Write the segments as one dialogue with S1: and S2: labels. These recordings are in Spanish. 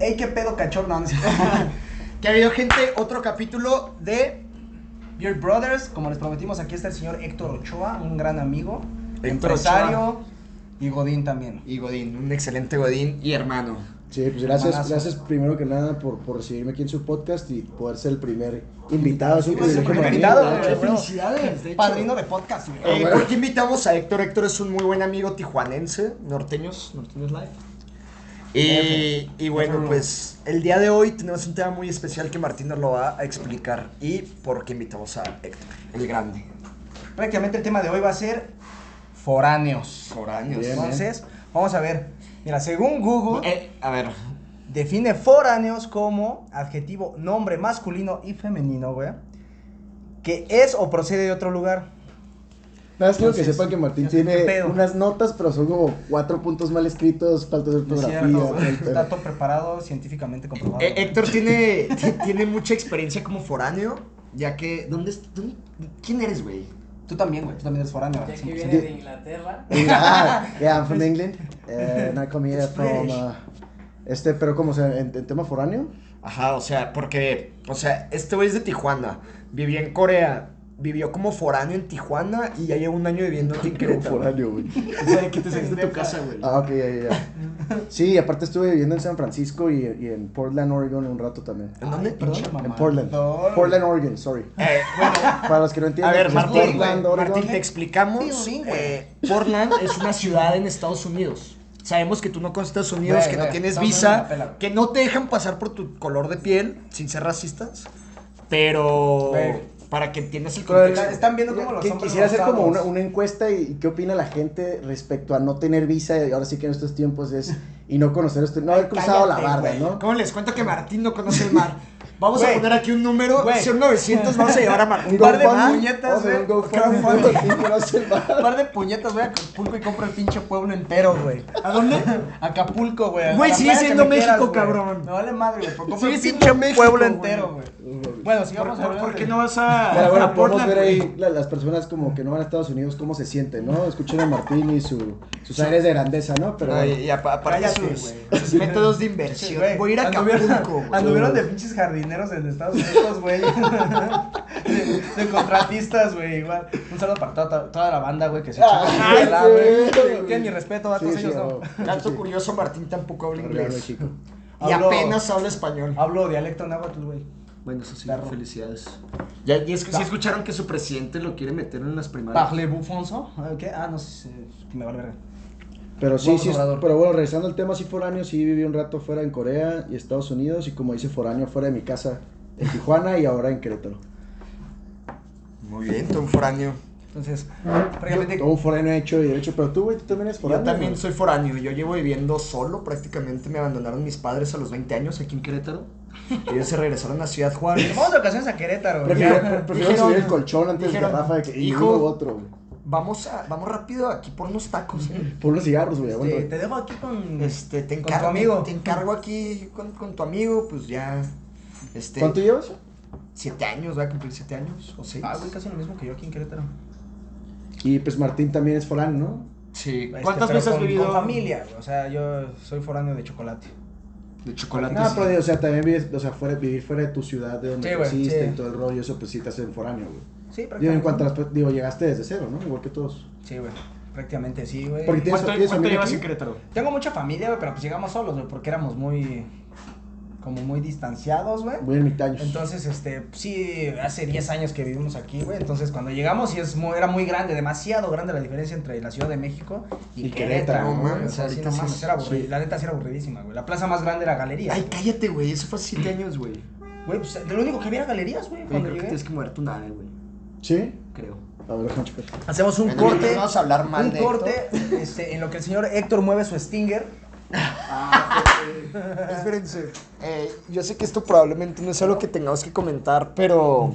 S1: Ey, qué pedo cachorro, no,
S2: Que ha habido gente, otro capítulo de.
S1: Beer Brothers, como les prometimos, aquí está el señor Héctor Ochoa, un gran amigo,
S2: Héctor
S1: empresario y Godín también.
S2: Y Godín, un excelente Godín y hermano.
S3: Sí, pues gracias,
S1: Hermanazo.
S3: gracias primero que nada por, por recibirme aquí en su podcast y poder ser el primer invitado. Es un
S1: Sí, pues,
S3: privilegio
S1: el
S3: para mí,
S1: primer invitado,
S3: de
S1: güey,
S3: hecho.
S1: güey.
S2: felicidades, de hecho.
S1: Padrino de podcast, güey.
S2: Eh,
S3: Ah, bueno.
S2: ¿Por qué invitamos a Héctor? Héctor es un muy buen amigo tijuanense, norteños, norteños live. Y, y bueno, pues el día de hoy tenemos un tema muy especial que Martín nos lo va a explicar y por qué invitamos a Héctor, el grande.
S1: Prácticamente el tema de hoy va a ser foráneos.
S2: Foráneos.
S3: Bien,
S1: Entonces, vamos a ver. Mira, según Google,
S2: Eh, a ver,
S1: define foráneos como adjetivo, nombre masculino y femenino, güey, que es o procede de otro lugar.
S3: Nada más quiero que
S1: Entonces,
S3: sepan que Martín
S1: ya sé qué
S3: tiene
S1: pedo.
S3: unas notas, pero son como cuatro puntos mal escritos, faltas de
S1: No es
S3: ortografía.
S1: cierto,
S3: todo el
S1: güey.
S3: pedo.
S1: Dato preparado, científicamente comprobado.
S2: Eh, Héctor tiene, ti- tiene mucha experiencia como foráneo, ya que... ¿Dónde, es- dónde- ¿Quién eres, güey?
S1: Tú también, güey, tú también eres foráneo.
S4: Ya que
S1: ¿verdad?
S4: viene de Inglaterra.
S3: Ah, yeah, I'm from England. Uh, and I come here
S1: It's
S3: from.
S1: British.
S3: uh, este, pero como se- en, en tema foráneo.
S2: Ajá, o sea, porque... O sea, este güey es de Tijuana, vivía en Corea, vivió como foráneo en Tijuana y ya lleva un año viviendo aquí en Querétaro.
S3: güey.
S2: O sea, que te saliste de tu casa, güey.
S3: Ah, ok, ya, ya, ya. Sí, aparte estuve viviendo en San Francisco y, y en Portland, Oregon un rato también.
S2: ¿En dónde?
S1: Ay, pinche
S2: Perdón.
S1: mamá.
S3: En Portland.
S1: Perdón.
S3: Portland, Oregon, sorry.
S2: Eh, bueno,
S3: Para los que no
S2: a
S3: entienden,
S2: ver,
S3: pues,
S2: Martín,
S3: Portland,
S2: güey,
S3: Oregon.
S2: Martín, te explicamos.
S1: Sí, güey.
S2: eh, Portland es una ciudad en Estados Unidos. Sabemos que tú no conoces Estados Unidos,
S1: Güey,
S2: que no
S1: güey,
S2: tienes
S1: estamos en
S2: visa,
S1: la pela, güey.
S2: que no te dejan pasar por tu color de piel, sin ser racistas. Pero
S1: Güey.
S2: para que entiendas el
S3: Pero,
S2: contexto.
S1: Están viendo cómo los
S3: que-
S1: hombres
S3: Quisiera
S1: son
S3: hacer como una,
S1: usados.
S3: una encuesta y, y qué opina la gente respecto a no tener visa. y Ahora sí que en estos tiempos es. Y no conocer esto. No haber cruzado
S1: cállate,
S3: la barda,
S1: güey.
S3: ¿no?
S2: ¿Cómo les cuento que Martín no conoce el mar? Vamos a
S1: Güey.
S2: poner aquí un número,
S1: Güey.
S2: si son 900 vamos a llevar a Martín.
S3: Un
S1: par de
S3: GoFundMe,
S1: puñetas,
S3: vamos a hacer un
S1: güey.
S3: GoFundMe,
S1: Crowdfunding.
S3: Martín conoce el bar.
S1: Un par de puñetas, voy a Acapulco y compro el pinche pueblo entero, güey.
S2: ¿A dónde?
S1: Acapulco, güey. a
S2: Güey,
S1: la
S2: sigue
S1: playa que
S2: siendo
S1: me
S2: México,
S1: güey.
S2: cabrón.
S1: Me vale madre, güey. pero compro
S2: Sigue
S1: el
S2: siendo
S1: pinche
S2: México,
S1: pueblo
S2: güey.
S1: entero, güey. Bueno,
S2: ¿Por,
S1: sigamos
S2: por,
S1: hablando
S2: por qué
S1: de-
S2: no vas a,
S3: Pero
S2: a
S3: bueno, podemos
S2: Portland?
S3: ver
S2: güey?
S3: ahí la- las personas como que no van a Estados Unidos cómo se sienten, ¿no? Escuchen a Martín y su, sus aires de grandeza, ¿no? Pero
S2: No, y,
S3: bueno.
S2: y apa- aparte
S1: Cállate,
S2: sus,
S1: güey.
S2: sus métodos de
S1: Sí,
S2: inversión.
S1: güey.
S2: Voy a ir a
S1: Anduvieron-
S2: Acapulco, güey.
S1: Anduvieron de pinches jardineros en Estados Unidos, güey. De, de contratistas, güey, igual. Un saludo para toda, toda la banda, güey, que se echó.
S3: Ah,
S1: Ay,
S3: sí,
S1: güey.
S3: güey.
S1: Tienen mi respeto a
S3: Sí,
S1: todos
S3: sí,
S1: ellos,
S3: no.
S1: ¿no?
S2: Dato curioso, Martín tampoco habla
S3: Arriba
S2: inglés.
S3: México.
S2: Y
S1: Hablo- Ah,
S2: apenas habla español.
S1: Hablo dialecto náhuatl, güey.
S2: Bueno, eso sí,
S1: Perro.
S2: felicidades. Ya, y es que sí escucharon que su presidente lo quiere meter en las primarias.
S1: Parle bufonso. ¿Qué? Ah, no sé. si- Me vale verga.
S3: Pero sí,
S1: Vamos,
S3: sí,
S1: Obrador.
S3: pero bueno, regresando al tema, sí foráneo, sí viví un rato fuera en Corea y Estados Unidos y como dice foráneo, fuera de mi casa, en Tijuana y ahora en Querétaro.
S2: Muy bien, Tom Foráneo.
S1: Entonces, prácticamente.
S3: Todo un foráneo hecho y derecho, pero tú, güey, tú también eres
S2: Yo
S3: foráneo.
S2: también
S3: güey.
S2: soy foráneo. Yo llevo viviendo solo, prácticamente me abandonaron mis padres a los 20 años aquí en Querétaro. Ellos se regresaron a Ciudad Juárez.
S1: Vamos de ocasiones a Querétaro, güey.
S3: Prefiero,
S1: Ya.
S3: pre- prefiero
S2: Dijeron-
S3: subir el colchón antes
S2: dijeron,
S3: de Rafa de que y
S2: hijo-
S3: uno u otro, güey.
S2: Vamos a, vamos rápido aquí por unos tacos. ¿eh?
S3: Por unos cigarros, güey. aguanta.
S1: Este, te dejo aquí con.
S2: Este, te
S1: Con tu
S2: encargo,
S1: amigo.
S2: Te encargo aquí con, con tu amigo, pues ya. Este,
S3: ¿Cuánto llevas?
S2: Siete años, va a cumplir siete años o seis.
S1: Ah, güey, casi lo mismo que yo aquí en Querétaro.
S3: Y pues Martín también es foráneo, ¿no?
S2: Sí.
S1: Este,
S2: ¿Cuántas
S1: pero
S2: veces has
S1: con-
S2: vivido?
S1: Con familia, güey. O sea, yo soy foráneo de chocolate.
S2: De chocolate.
S3: No, pero o sea, también vives, o sea, fuera, vivir fuera de tu ciudad, de donde
S1: Sí, güey,
S3: creciste
S1: sí.
S3: y todo el rollo, eso pues sí te hace un foráneo, güey.
S1: Sí, prácticamente.
S3: Digo, en cuanto a las, pues, digo, llegaste desde cero, ¿no? Igual que todos.
S1: Sí, güey. Prácticamente sí, güey.
S3: Porque tienes-
S2: ¿Cuánto,
S3: tienes
S2: cuánto
S3: familia
S2: llevas
S3: aquí?
S2: en Querétaro?
S1: Tengo mucha familia, güey, pero pues llegamos solos, güey, porque éramos muy. como muy distanciados, güey.
S3: Muy ermitaños.
S1: Entonces, este, sí, hace 10 años que vivimos aquí, güey. Entonces, cuando llegamos, sí es muy, era muy grande, demasiado grande la diferencia entre la Ciudad de México y,
S3: Y
S1: Querétaro,
S3: Querétaro, no
S1: güey. O
S2: mames,
S1: sea, sí,
S2: ahorita
S1: no
S2: sí
S1: mames,
S2: es-
S1: era aburrida.
S2: sí.
S1: La neta sí era aburridísima, güey. La plaza más grande era galerías.
S2: Ay,
S1: güey.
S2: cállate, güey. Eso fue hace siete años, güey.
S1: Güey, pues lo único que había era galerías, güey.
S2: Güey,
S1: Cuando
S2: creo que
S1: llegué.
S2: tienes que mover tu nave, güey.
S3: ¿Sí?
S2: Creo.
S3: A ver, déjame checar.
S1: Hacemos un
S2: Bueno,
S1: corte.
S2: no vamos a hablar mal
S1: Un
S2: de
S1: corte este, en lo que el señor Héctor mueve su Stinger.
S2: Espérense. Eh, yo sé que esto probablemente no es algo que tengamos que comentar, pero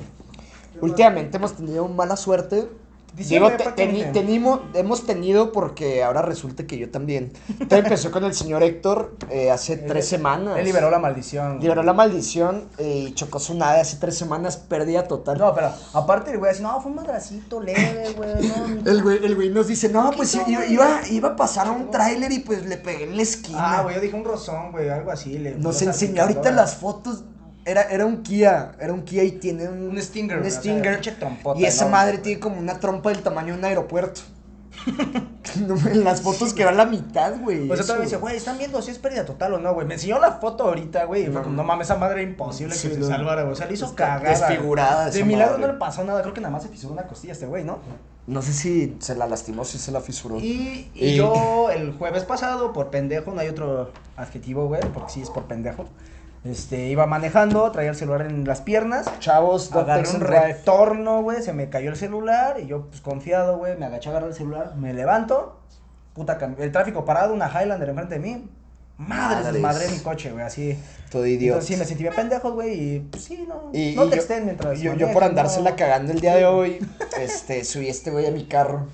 S2: últimamente hemos tenido mala suerte Digo,
S1: Diciembre,
S2: te-
S1: ¿para qué
S2: teni-
S1: meten?
S2: tenimo- hemos tenido porque ahora resulta que yo también. Todo empezó con el señor Héctor eh, hace
S1: Él-
S2: tres semanas.
S1: Él liberó la maldición. güey.
S2: Liberó la maldición eh, y chocó su nave hace tres semanas, pérdida total.
S1: No, pero aparte el güey así, no, fue un madracito leve, güey, no.
S2: El güey, el güey nos dice, no, pues
S1: Poquito,
S2: iba,
S1: güey.
S2: iba- iba a pasar a un tráiler y pues le pegué en la esquina.
S1: Ah, güey, yo dije un rozón, güey, algo así. Le,
S2: Nos
S1: una
S2: enseñó ahorita
S1: salpicadora.
S2: las fotos. Era, era un Kia, era un Kia y tiene un,
S1: Un Stinger,
S2: un
S1: o sea,
S2: Stinger.
S1: pinche trompota
S2: y esa
S1: enorme,
S2: madre
S1: güey.
S2: tiene como una trompa del tamaño de un aeropuerto. No, en las fotos quedó a la mitad, güey.
S1: O sea,
S2: eso.
S1: todavía Pues me dice, güey, ¿están viendo si es pérdida total o no, güey? Me enseñó la foto ahorita, güey. y fue
S2: No.
S1: como, No, mames, esa madre era imposible
S2: Sí,
S1: que se
S2: no.
S1: salvara, güey. O sea, le hizo
S2: Está
S1: cagada. güey.
S2: desfigurada
S1: De
S2: esa
S1: milagro
S2: madre.
S1: no le pasó nada. Creo que nada más se pisó una costilla este güey, ¿no?
S2: No sé si se la lastimó, si se la fisuró.
S1: Y, y
S2: Y-
S1: yo el jueves pasado, por pendejo, no hay otro adjetivo, güey, porque sí es por pendejo. Este, iba manejando, traía el celular en las piernas.
S2: Chavos, no
S1: Agarré
S2: takes
S1: un
S2: and drive.
S1: retorno, güey, se me cayó el celular y yo, pues, confiado, güey, me agaché a agarrar el celular, me levanto, puta, cam- el tráfico parado, una Highlander enfrente de mí, madre,
S2: Madres.
S1: desmadre mi coche, güey, así.
S2: Todo idiota.
S1: Entonces sí, me sentí bien pendejo, güey, y pues sí, no,
S2: Y-
S1: no
S2: y
S1: te
S2: yo-
S1: extén mientras
S2: Yo, yo
S1: manejas,
S2: por andársela
S1: no.
S2: cagando el día de hoy, este, subí a este güey a mi carro.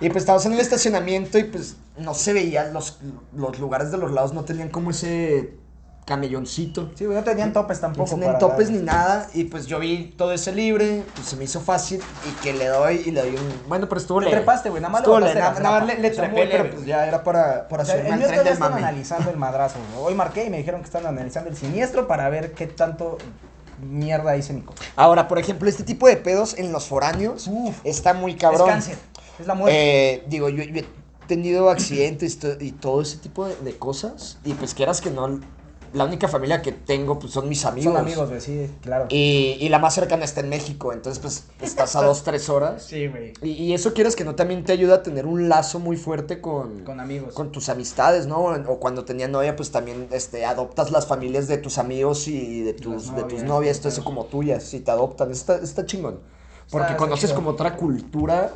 S2: Y pues estábamos en el estacionamiento y pues no se veían los, los lugares de los lados, no tenían como ese camelloncito.
S1: Sí, güey, no tenían topes
S2: No
S1: tampoco.
S2: tenían
S1: para-
S2: topes ni nada. Y pues yo vi todo ese libre, pues se me hizo fácil y que le doy y le doy un... Bueno, pero estuvo
S1: Te
S2: leve.
S1: trepaste, güey, nada más lo
S2: Estuvo
S1: botaste
S2: leve,
S1: de la
S2: nada, nada más
S1: trampa.
S2: le, le
S1: O sea,
S2: trepé,
S1: muy
S2: pero
S1: leve.
S2: pues ya era para, para
S1: O sea,
S2: subirme
S1: el
S2: al
S1: mío
S2: tren
S1: todavía
S2: del
S1: están
S2: mami.
S1: analizando el madrazo, güey. Hoy marqué y me dijeron que están analizando el siniestro para ver qué tanto mierda hice mi coche.
S2: Ahora, por ejemplo, este tipo de pedos en los foráneos
S1: Uf.
S2: está muy cabrón.
S1: Es cáncer, es la muerte.
S2: Eh, digo, yo, yo he tenido accidentes to- y todo ese tipo de, de cosas. Y pues quieras que no, la única familia que tengo pues, son mis amigos.
S1: Son amigos, güey, sí, claro.
S2: Y, y la más cercana está en México, entonces pues estás a dos, tres horas.
S1: Sí, güey.
S2: Y, y eso quieras que no también te ayuda a tener un lazo muy fuerte con,
S1: Con amigos.
S2: con tus amistades, ¿no? O cuando tenía novia, pues también este, adoptas las familias de tus amigos y de tus,
S1: Las
S2: de tus
S1: novias,
S2: novias, todo
S1: claro.
S2: eso como tuyas, y te adoptan. Está, está chingón. Porque
S1: está
S2: conoces
S1: chido.
S2: como otra cultura.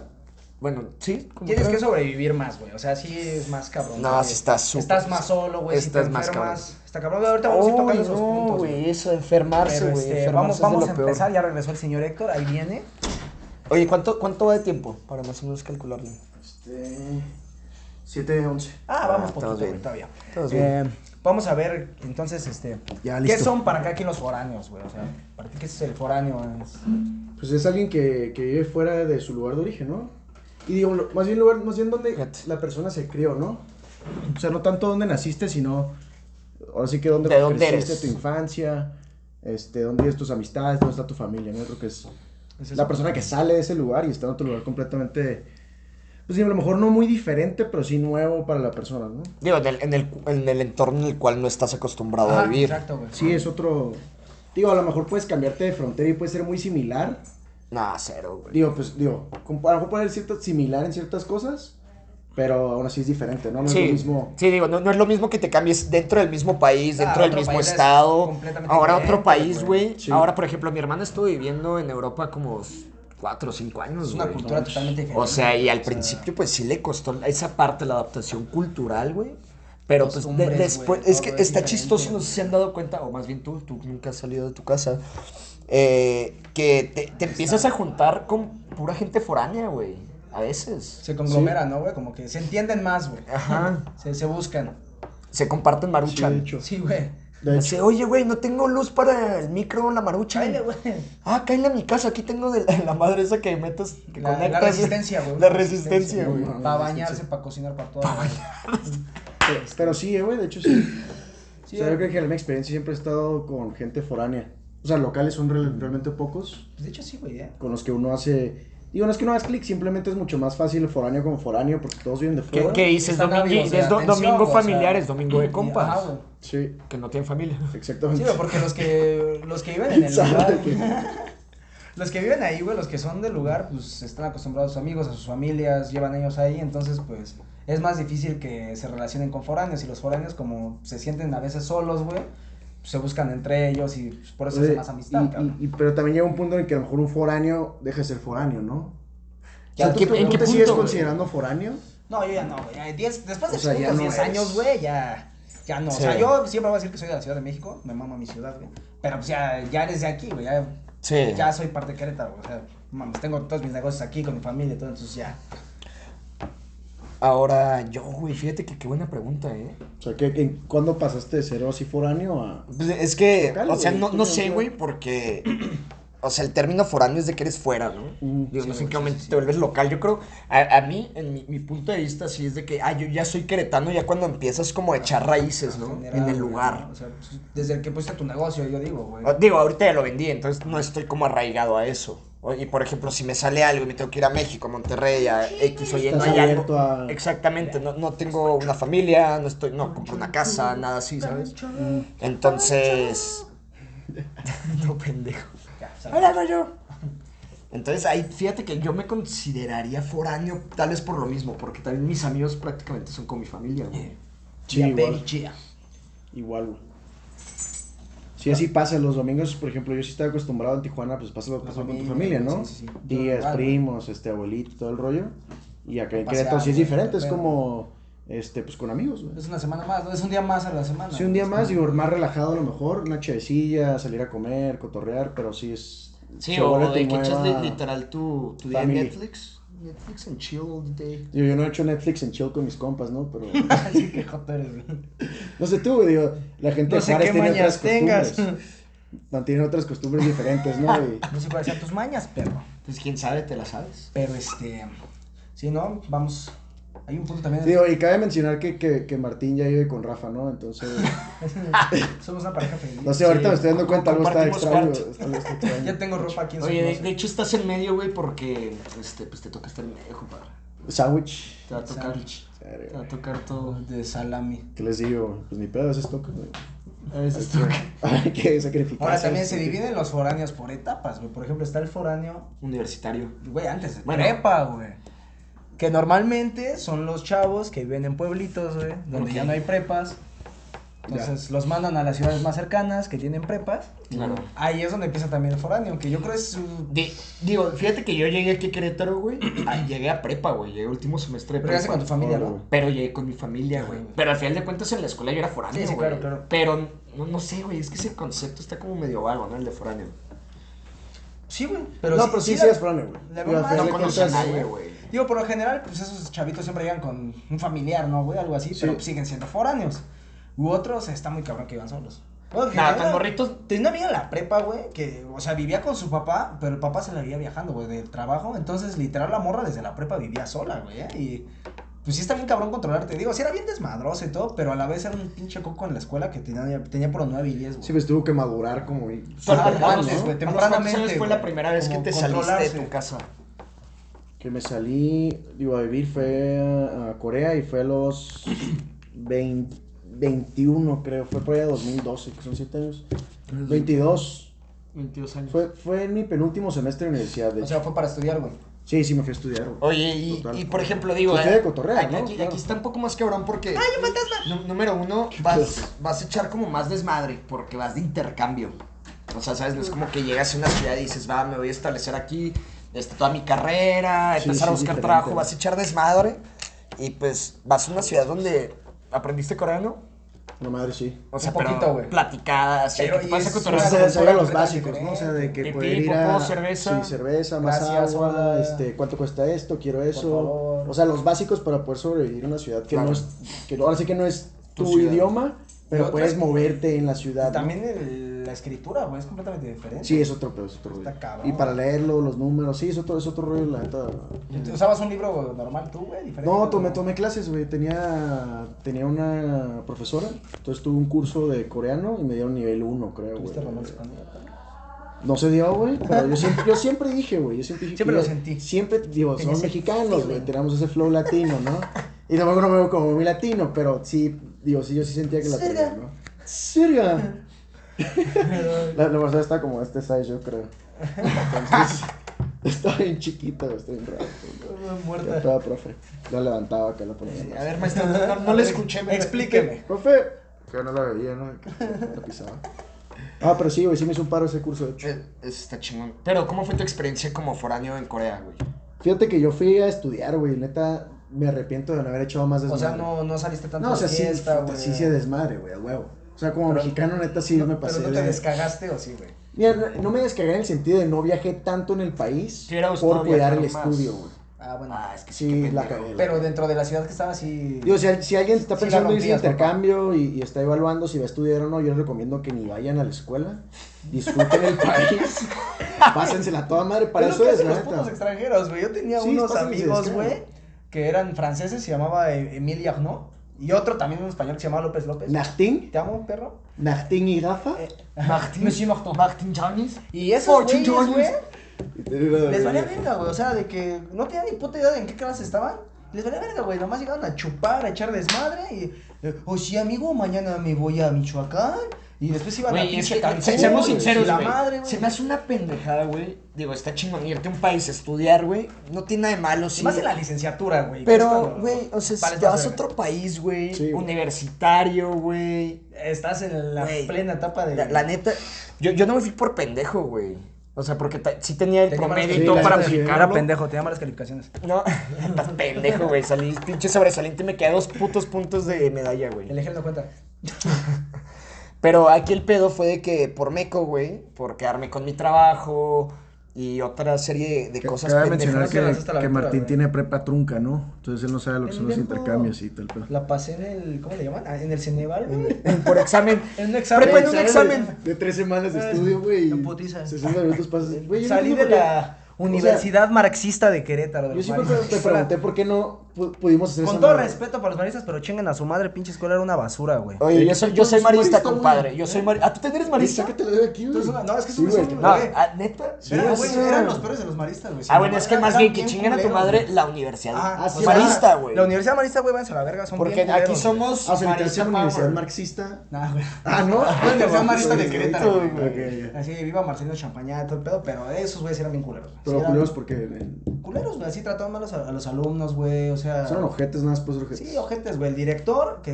S2: Bueno, sí. como
S1: Tienes
S2: otra-
S1: que sobrevivir más, güey. O sea, sí es más cabrón.
S2: No,
S1: güey.
S2: sí está súper.
S1: Estás más solo, güey.
S2: Estás
S1: si te
S2: más
S1: enfermas,
S2: cabrón.
S1: Está cabrón. güey, Ahorita vamos a ir tocando
S2: Uy,
S1: esos
S2: no,
S1: puntos. güey.
S2: güey, eso de
S1: Pero,
S2: enfermarse, güey.
S1: este,
S2: enfermarse
S1: vamos
S2: es de
S1: vamos
S2: lo
S1: a
S2: peor.
S1: empezar. Ya regresó el señor Héctor. Ahí viene.
S2: Oye, ¿cuánto, ¿cuánto va de tiempo? Para más o menos calcularlo.
S3: Este. 7 de 11.
S1: Ah, vamos
S2: Ah,
S1: poquito,
S2: estamos
S1: güey,
S2: bien.
S1: todavía.
S2: Estamos
S1: Eh, vamos a ver, entonces, este.
S3: Ya,
S1: ¿Qué
S3: listo.
S1: son para acá aquí los foráneos, güey? O sea, ¿para ti qué es el foráneo? Es-
S3: Pues es alguien que, que vive fuera de su lugar de origen, ¿no? Y digo, lo- más bien lugar, más bien donde
S2: Fíjate.
S3: la persona se crió, ¿no? O sea, no tanto donde naciste, sino ahora sí que donde
S2: ¿De dónde
S3: creciste
S2: eres?
S3: tu infancia, este, dónde vives tus amistades, dónde está tu familia, ¿no? Yo Creo que es
S1: es
S3: la
S1: eso.
S3: persona que sale de ese lugar y está en otro lugar completamente, pues sí, a lo mejor no muy diferente, pero sí nuevo para la persona, ¿no?
S2: Digo, en el, en, el, en el entorno en el cual no estás acostumbrado
S1: Ajá,
S2: a vivir.
S1: Exacto, güey.
S3: Sí, es otro, digo, a lo mejor puedes cambiarte de frontera y puede ser muy similar,
S2: Nah, cero, güey.
S3: Digo, pues, digo, com- a lo mejor puede ser cierta- similar en ciertas cosas, pero aún así es diferente, ¿no? No es
S2: Sí,
S3: lo mismo.
S2: sí, digo, no, no es lo mismo que te cambies dentro del mismo país,
S1: Claro,
S2: dentro del
S1: Ah, otro
S2: mismo
S1: país es
S2: estado,
S1: completamente
S2: ahora otro
S1: diferente,
S2: país,
S1: güey.
S2: güey.
S3: Sí.
S2: Ahora, por ejemplo, mi hermana estuvo viviendo en Europa como 4 o 5 años,
S1: Es una
S2: güey.
S1: cultura totalmente diferente.
S2: O sea, y al
S1: O sea,
S2: principio, pues sí le costó esa parte, la adaptación cultural, güey. Pero pues de-
S1: Costumbres, güey,
S2: después,
S1: todo
S2: es que
S1: es
S2: está
S1: diferente,
S2: chistoso, no sé si se han dado cuenta, o más bien tú, tú nunca has salido de tu casa, eh, que te, te empiezas a juntar con pura gente foránea, güey, a veces.
S1: Se conglomeran, ¿no, güey? Como que se entienden más, güey.
S2: Ajá.
S1: Se, se buscan.
S2: Se comparten
S3: Sí, de
S2: maruchan.
S3: hecho.
S1: Sí, güey.
S3: De hecho.
S2: Dice, oye, güey, no tengo luz para el micro, la marucha.
S1: Chale, güey.
S2: Ah, cállate a mi casa, aquí tengo de la, la madre esa que metes, que
S1: La, la
S2: conectas.
S1: resistencia, güey.
S2: La resistencia, güey.
S3: güey.
S1: Para bañarse, para cocinar, para todo.
S3: Pero, pero sí, eh, güey, de hecho sí.
S1: Sí,
S3: o sea,
S1: eh.
S3: yo creo que en mi experiencia siempre he estado con gente foránea. O sea, locales son real- realmente pocos,
S1: De hecho, sí, güey. eh.
S3: con los que uno hace. Digo, no es que uno hagas clic, simplemente es mucho más fácil foráneo con foráneo porque todos viven de
S2: ¿Qué,
S3: fuera.
S2: qué dices?
S1: Están
S2: Domingui-
S1: ávidos de
S2: es do-
S1: atención,
S2: domingo
S1: o sea,
S2: familiar, es domingo de compas.
S1: Ajá, güey.
S3: Sí,
S2: que no tienen familia.
S1: Sí,
S3: exactamente.
S1: güey, porque los que, los que viven en el
S3: Sabe
S1: lugar,
S3: que-
S1: los que viven ahí, güey, los que son del lugar, pues están acostumbrados a sus amigos, a sus familias, llevan ellos ahí, entonces, pues, es más difícil que se relacionen con foráneos, y los foráneos, como se sienten a veces solos, güey, pues, se buscan entre ellos, y pues, por eso
S3: Oye,
S1: hace más amistad,
S3: y-
S1: cabrón.
S3: y- y- pero también llega un punto en que a lo mejor un foráneo deja de ser foráneo, ¿no? O sea,
S2: ¿En
S3: ¿tú,
S2: qué-
S3: tú-
S2: en
S3: tú
S2: qué
S3: te sigues
S2: punto, güey?
S3: considerando foráneo?
S1: No, yo ya no, güey, ya diez- después de
S3: O sea, ya
S1: putos
S3: no
S1: 10
S3: eres.
S1: años, güey, ya, ya no,
S2: Sí.
S1: o sea, yo siempre voy a decir que soy de la Ciudad de México, me mamo a mi ciudad, güey, pero pues ya, ya eres de aquí, güey, ya,
S2: Sí.
S1: ya soy parte de Querétaro, güey, o sea, mames, tengo todos mis negocios aquí con mi familia y todo, entonces ya.
S2: Ahora, yo, güey, fíjate que qué buena pregunta, ¿eh?
S3: O sea, ¿qué, qué- cuándo pasaste de cero así foráneo a...?
S2: Pues, es que,
S3: Local,
S2: o sea,
S3: güey,
S2: no,
S3: tú
S2: no
S3: no
S2: sé,
S3: sabes.
S2: güey, porque. O sea, el término foráneo es de que eres fuera, ¿no?
S3: Mm,
S2: Digo, no
S1: sí,
S2: sé en qué
S1: güey,
S2: momento
S1: sí,
S2: te vuelves local. Yo creo, a, a mí, en mi, mi punto de vista, sí es de que, ah, yo ya soy queretano, ya cuando empiezas como a echar raíces, Pues, ¿no?
S1: generar,
S2: En el
S1: güey,
S2: lugar.
S1: ¿no? O sea, pues, desde que pusiste tu negocio, yo digo, güey.
S2: O- Ah, Digo, ahorita ya lo vendí, entonces no estoy como arraigado a eso. O- Y por ejemplo, si me sale algo y me tengo que ir a México, a Monterrey, a X, oye, no
S3: Estás
S2: hay algo.
S3: abierto a-
S2: Exactamente, no, no tengo una familia, no estoy, no compro una casa, nada así, ¿sabes? Entonces. no, pendejo.
S1: Ya, o sea,
S2: Ahora hago yo. Entonces ahí, fíjate que yo me consideraría foráneo, tal vez por lo mismo, porque también mis amigos prácticamente son con mi familia, güey.
S3: Sí,
S1: ya,
S3: igual.
S1: peggy, chía.
S3: Igual, güey. Sí, así pasa. Los domingos, por ejemplo, yo sí estaba acostumbrado en Tijuana, pues pasa lo que
S1: La
S3: pasa con tu
S1: familia,
S3: familia, ¿no?
S1: sí, sí, sí.
S3: Tías,
S1: Igual,
S3: primos, este, abuelito, todo el rollo. Y acá en
S1: Pasear,
S3: Querétaro sí es
S1: güey,
S3: diferente, es
S1: depende.
S3: como, este, pues con amigos, güey.
S1: Es una semana más, ¿no? Es un día más a la semana.
S3: Sí, un día
S1: Es
S3: más,
S1: como-
S3: digo, más relajado a lo mejor, una chevecilla, salir a comer, cotorrear, pero sí es...
S2: Sí,
S3: se
S2: o,
S3: vuelve
S2: de
S3: tu
S2: que echas
S3: nueva-
S2: li- literal tu, tu día en
S3: familia.
S2: Netflix. Netflix and chill all day.
S3: Digo, yo no he hecho Netflix en chill con mis compas, ¿no? Pero...
S1: Así que joto eres, güey.
S3: No sé tú, güey, digo, la gente
S1: No
S3: de
S1: sé
S3: Juárez
S1: qué
S3: tiene este
S1: mañas
S3: otras
S1: tengas.
S3: costumbres. Mantienen otras costumbres diferentes, ¿no? Y-
S1: No sé cuáles sean tus mañas, pero.
S2: Pues quién sabe, te la sabes.
S1: Pero este. Sí, ¿no? Vamos. Hay un punto también.
S3: Digo, y cabe mencionar que, que, que Martín ya vive con Rafa, ¿no? Entonces,
S1: Somos una pareja feliz.
S3: no sé, ahorita
S2: Sí,
S3: me estoy dando cuenta, algo está extraño.
S2: compartimos
S3: algo está extraño.
S1: Ya tengo ropa aquí en
S2: Oye,
S1: su
S2: de,
S1: closet.
S2: de hecho estás en medio, güey, porque este, pues te toca estar en medio, compadre.
S3: Sándwich.
S2: Te va a tocar.
S1: Sándwich.
S2: Te va a tocar todo.
S1: De salami.
S3: ¿Qué les digo? Pues ni pedo, eso es toca, güey.
S2: A veces toca.
S3: Hay que sacrificar.
S1: Ahora también se dividen los foráneos por etapas, güey. Por ejemplo, está el foráneo,
S2: Universitario.
S1: güey, antes de
S2: Bueno.
S1: prepa, güey. Que normalmente son los chavos que viven en pueblitos, güey, donde
S2: Ok.
S1: ya no hay prepas. Entonces los mandan a las ciudades más cercanas que tienen prepas.
S2: Claro.
S1: Ahí es donde empieza también el foráneo, que yo creo es su.
S2: De- digo, fíjate que yo llegué aquí a Querétaro, güey. ah, llegué a prepa, güey. Llegué último semestre de
S1: Pero ya hace
S2: prepa.
S1: con tu familia,
S3: Ahora,
S1: ¿no?
S3: güey.
S2: Pero llegué con mi familia, güey.
S1: Ajá.
S2: Pero al final de cuentas en la escuela yo era foráneo,
S1: Sí, sí,
S2: güey.
S1: claro, claro.
S2: Pero no, no sé, güey. Es que ese concepto está como medio vago, ¿no? El de foráneo.
S1: Sí, güey.
S3: no, pero sí, sí,
S1: la-
S3: Ah, es frane, güey.
S1: la
S3: Digo, al
S1: broma
S3: final
S1: no
S3: de
S1: conocía
S2: conocía
S3: cuentas,
S1: a nadie,
S2: güey.
S1: Digo, por lo general, pues esos chavitos siempre llegan con un familiar, ¿no, güey? Algo así, pero
S3: Sí.
S1: pues, siguen siendo foráneos. U otros, está muy cabrón que iban solos. Bueno, en
S2: Nada,
S1: general,
S2: tan morritos.
S1: Tenía una amiga en la prepa, güey, que, o sea, vivía con su papá, pero el papá se la vivía viajando, güey, del trabajo. Entonces, literal, la morra desde la prepa vivía sola, güey, ¿eh? Y pues sí está bien cabrón controlarte. Digo, sí era bien desmadroso y todo, pero a la vez era un pinche coco en la escuela que tenía, tenía por 9 y 10, güey.
S3: Sí, pues tuvo que madurar como... y-
S1: Pero
S2: Pero
S1: antes,
S2: antes,
S1: güey,
S2: güey.
S1: tempranamente,
S2: Tempranamente. fue
S1: güey,
S2: la primera vez que
S1: como
S2: te saliste de
S1: controlarse.
S2: tu casa?
S3: Que me salí, digo, a vivir fue a, a Corea y fue a los 20 21, creo. Fue por allá 2012, que son 7 años. 22.
S2: 22 años.
S3: Fue, fue en mi penúltimo semestre de universidad,
S1: O
S3: de hecho.
S1: sea, fue para estudiar, güey.
S3: Sí, sí, me fui a estudiar, güey.
S2: Oye, y,
S3: Total.
S2: y por ejemplo, digo,
S3: Usted de
S2: eh,
S3: cotorreo,
S2: aquí,
S3: ¿no?
S2: aquí-
S3: Claro.
S2: aquí está un poco más cabrón porque. ¡Ay, un fantasma! Número uno, vas, vas a echar como más desmadre porque vas de intercambio. O sea, ¿sabes? No es como que llegas a una ciudad y dices, va, me voy a establecer aquí, este, toda mi carrera,
S3: Sí,
S2: empezar a buscar
S3: sí, diferente,
S2: trabajo,
S3: ¿no?
S2: vas a echar desmadre. Y pues vas a una ciudad donde aprendiste coreano.
S3: No, madre, sí.
S2: O sea,
S1: Un poquito,
S2: pero
S1: güey.
S2: platicadas,
S1: Pero,
S2: ¿qué
S1: y
S2: pasa
S1: es
S2: con tu
S1: una
S3: O
S1: Pero
S3: sea,
S1: con
S3: sabía
S1: todo
S3: los
S1: el
S3: básicos,
S1: precio,
S3: ¿no? O sea, de que
S2: pipí,
S3: poder ir a...
S2: popó, cerveza.
S3: Sí, cerveza, más
S1: Gracias,
S3: agua,
S1: hola.
S3: este, cuánto cuesta esto, quiero eso.
S1: favor.
S3: O sea, los básicos para poder sobrevivir en una ciudad que
S2: Claro.
S3: no es... Que no- ahora sí que no es
S2: Tu
S3: tu,
S2: ciudad.
S3: idioma,
S1: Y
S3: pero
S1: otras-
S3: puedes moverte en la ciudad, ¿no?
S1: También el- la escritura, güey, es completamente diferente.
S3: Sí, es otro pedo, es otro
S1: Está
S3: rollo.
S1: cabrón.
S3: Y para leerlo, los números, sí, es otro, es otro rollo, la neta.
S1: ¿Usabas un libro normal tú, güey? Diferente,
S3: No, tomé, tomé clases, güey. Tenía, tenía una profesora, entonces tuve un curso de coreano y me dieron nivel 1, creo, güey.
S1: ¿Tuviste romance con ella?
S3: No se dio, güey, pero yo siempre, yo siempre dije, güey, yo siempre dije
S1: Siempre
S3: que
S1: lo
S3: yo-
S1: sentí.
S3: Siempre, digo,
S1: Tenía
S3: somos
S1: ese
S3: mexicanos, güey,
S1: feeling.
S3: tenemos ese flow latino, ¿no? Y tampoco no me veo como muy latino, pero sí, digo, sí, yo sí sentía que la tenía,
S1: Sirga.
S3: ¿no? ¡Sirga! La, la persona está como este size, yo creo. Entonces, está bien chiquita, güey, está bien raro. Ya
S1: Muerta.
S3: estaba, profe. La levantaba acá, la ponía.
S2: A
S3: más.
S2: ver, maestro, no, no le escuché. me-
S1: Explíqueme.
S3: Profe. Que no la veía, ¿no? Que La pisaba. Ah, pero sí, güey, sí me hizo un paro ese curso, de hecho.
S2: Eh, Eso está chingón. Pero, ¿cómo fue tu experiencia como foráneo en Corea, güey?
S3: Fíjate que yo fui a estudiar, güey, neta, me arrepiento de no haber echado más
S1: O
S3: desmadre.
S1: sea, no, no saliste tanto
S3: No, o sea,
S1: de
S3: sí,
S1: fiesta,
S3: puta,
S1: güey.
S3: sí se desmadre, güey, a huevo. O sea, como mexicano, neta, sí me pasé.
S1: Pero no te
S3: de-
S1: descagaste o sí, güey.
S3: Mira, no- no me descargué en el sentido de no viajé tanto en el país
S5: Te hubiera gustado
S3: por cuidar el
S5: viajar más.
S3: estudio, güey.
S1: Ah, bueno.
S5: Ah, es que
S3: Sí,
S5: qué
S3: la
S5: pendejo.
S3: cagué.
S1: pero dentro de la ciudad que estaba, sí.
S3: Digo, si, al- si alguien está
S1: Sí la
S3: pensando en irse de
S1: rompías, papá.
S3: intercambio y, y está evaluando si va a estudiar o no, yo les recomiendo que ni vayan a la escuela, disfruten el país, pásensela toda madre, para
S1: Es
S3: eso
S1: lo que
S3: es,
S1: hacen
S3: la
S1: los putos
S3: neta.
S1: extranjeros, güey. Yo tenía
S3: Sí,
S1: unos
S3: pásense de
S1: amigos,
S3: descarga.
S1: güey, que eran franceses, se llamaba eh, Emilio Arnaud, y otro también un español que se llamaba López López.
S3: Nachtín,
S1: Te amo, perro.
S3: Nachtín y Rafa.
S1: Eh,
S5: Martín. Monsieur Martin. Martin Chávez.
S1: Y esos
S5: Fortune
S1: güeyes, güey,
S5: Jones.
S1: les valía verga, güey. O sea, de que no tenían ni puta idea de en qué clase estaban. Les valía verga, güey. Nomás llegaban a chupar, a echar desmadre. Y, eh, o sí, amigo, mañana me voy a Michoacán. Y después iban a
S5: Güey, es
S1: pinche
S5: que,
S1: Cancún.
S5: se- seamos
S1: y
S5: sinceros,
S1: la
S5: güey.
S1: madre, güey.
S2: Se me hace una pendejada, güey. Digo, está chingón irte a un país a estudiar, güey. No tiene nada de malo, sí.
S1: Más en la licenciatura, güey. que es
S2: Pero,
S1: cuando-
S2: güey, o sea,
S1: para
S2: si te
S1: estas
S2: vas a
S1: vergas.
S2: otro país, güey.
S3: Sí, güey.
S2: universitario, güey.
S1: Estás en la
S2: Güey,
S1: plena etapa de.
S2: La, la neta, yo, yo no me fui por pendejo, güey. O sea, porque ta- sí tenía el
S1: Tenía malas
S2: promedio y
S3: Sí,
S2: todo
S3: la
S2: para
S3: neta, sí,
S2: aplicarlo.
S3: era
S1: pendejo, tenía malas calificaciones.
S2: No, estás pendejo, güey. Salí pinche sobresaliente y me quedé a dos putos puntos de medalla, güey.
S1: El ejército no cuenta.
S2: Pero aquí el pedo fue de que por meco, güey, por quedarme con mi trabajo y otra serie de, de cosas
S3: Cabe
S2: pendejas.
S3: mencionar
S1: pendejadas que
S3: que,
S1: las hasta la
S3: que
S1: altura,
S3: Martín
S1: güey.
S3: tiene prepa trunca, ¿no? Entonces él no sabe lo que son los
S1: Pendejo.
S3: intercambios y tal. Pero...
S1: La pasé en el. ¿Cómo le llaman? Ah, En el Ceneval, güey.
S2: Por examen.
S1: En un examen.
S2: Prepa en un examen.
S3: De tres semanas de
S1: Ay,
S3: estudio, güey.
S1: me putiza.
S3: 60 minutos pasas. güey, yo no
S1: Salí
S3: entiendo
S1: de
S3: por qué-
S1: la Universidad Marxista de Querétaro. de
S3: Yo
S1: los
S3: siempre
S1: maristas.
S3: te pregunté por qué no pu- pudimos hacer
S1: Con
S3: esa
S1: todo
S3: madre.
S1: respeto para los maristas, pero chinguen a su madre, pinche escuela era una basura, güey.
S2: Oye, yo soy, yo soy
S3: Tú
S2: marista,
S3: eres marista, güey.
S2: compadre. Yo soy marista. ¿Ah, tú también eres
S3: Güey,
S2: marista?
S3: sácatelo de aquí,
S1: Tú
S3: güey.
S1: eres una- no, es que
S3: Sí,
S1: subes
S3: güey,
S1: un-
S3: que-
S2: No,
S1: güey.
S2: ah, ¿neta?
S3: Sí,
S1: Eran,
S3: güey,
S1: güey,
S3: sí.
S1: eran los peores de los maristas, güey.
S2: Ah, bueno, es que
S1: Eran-
S2: más
S1: eran
S2: bien que
S1: bien
S2: chinguen a tu
S1: culeros,
S2: madre
S1: güey.
S2: la universidad.
S1: Ah,
S3: o sea,
S2: marista, güey.
S1: La Universidad Marista, güey, váyanse a la verga. Son
S2: Porque
S1: bien
S2: aquí
S1: culeros, güey.
S2: somos
S3: Ah, se te hace
S2: marista
S3: una universidad
S2: power.
S3: marxista.
S1: Nah, güey.
S3: Ah, no. pues,
S1: La Universidad Marista
S2: pues,
S1: de Querétaro, güey.
S3: Ok, ya.
S1: Así, viva Marcelino Champañá, todo el pedo, pero esos güeyes eran bien culeros. güey. Sí,
S3: Pero
S1: eran
S3: culeros porque eh,
S1: Culeros, güey, así trataban mal a los, a los alumnos, güey, o sea...
S3: son ojetes nada más por ojetes.
S1: Ah. Sí, ojetes, güey, el director que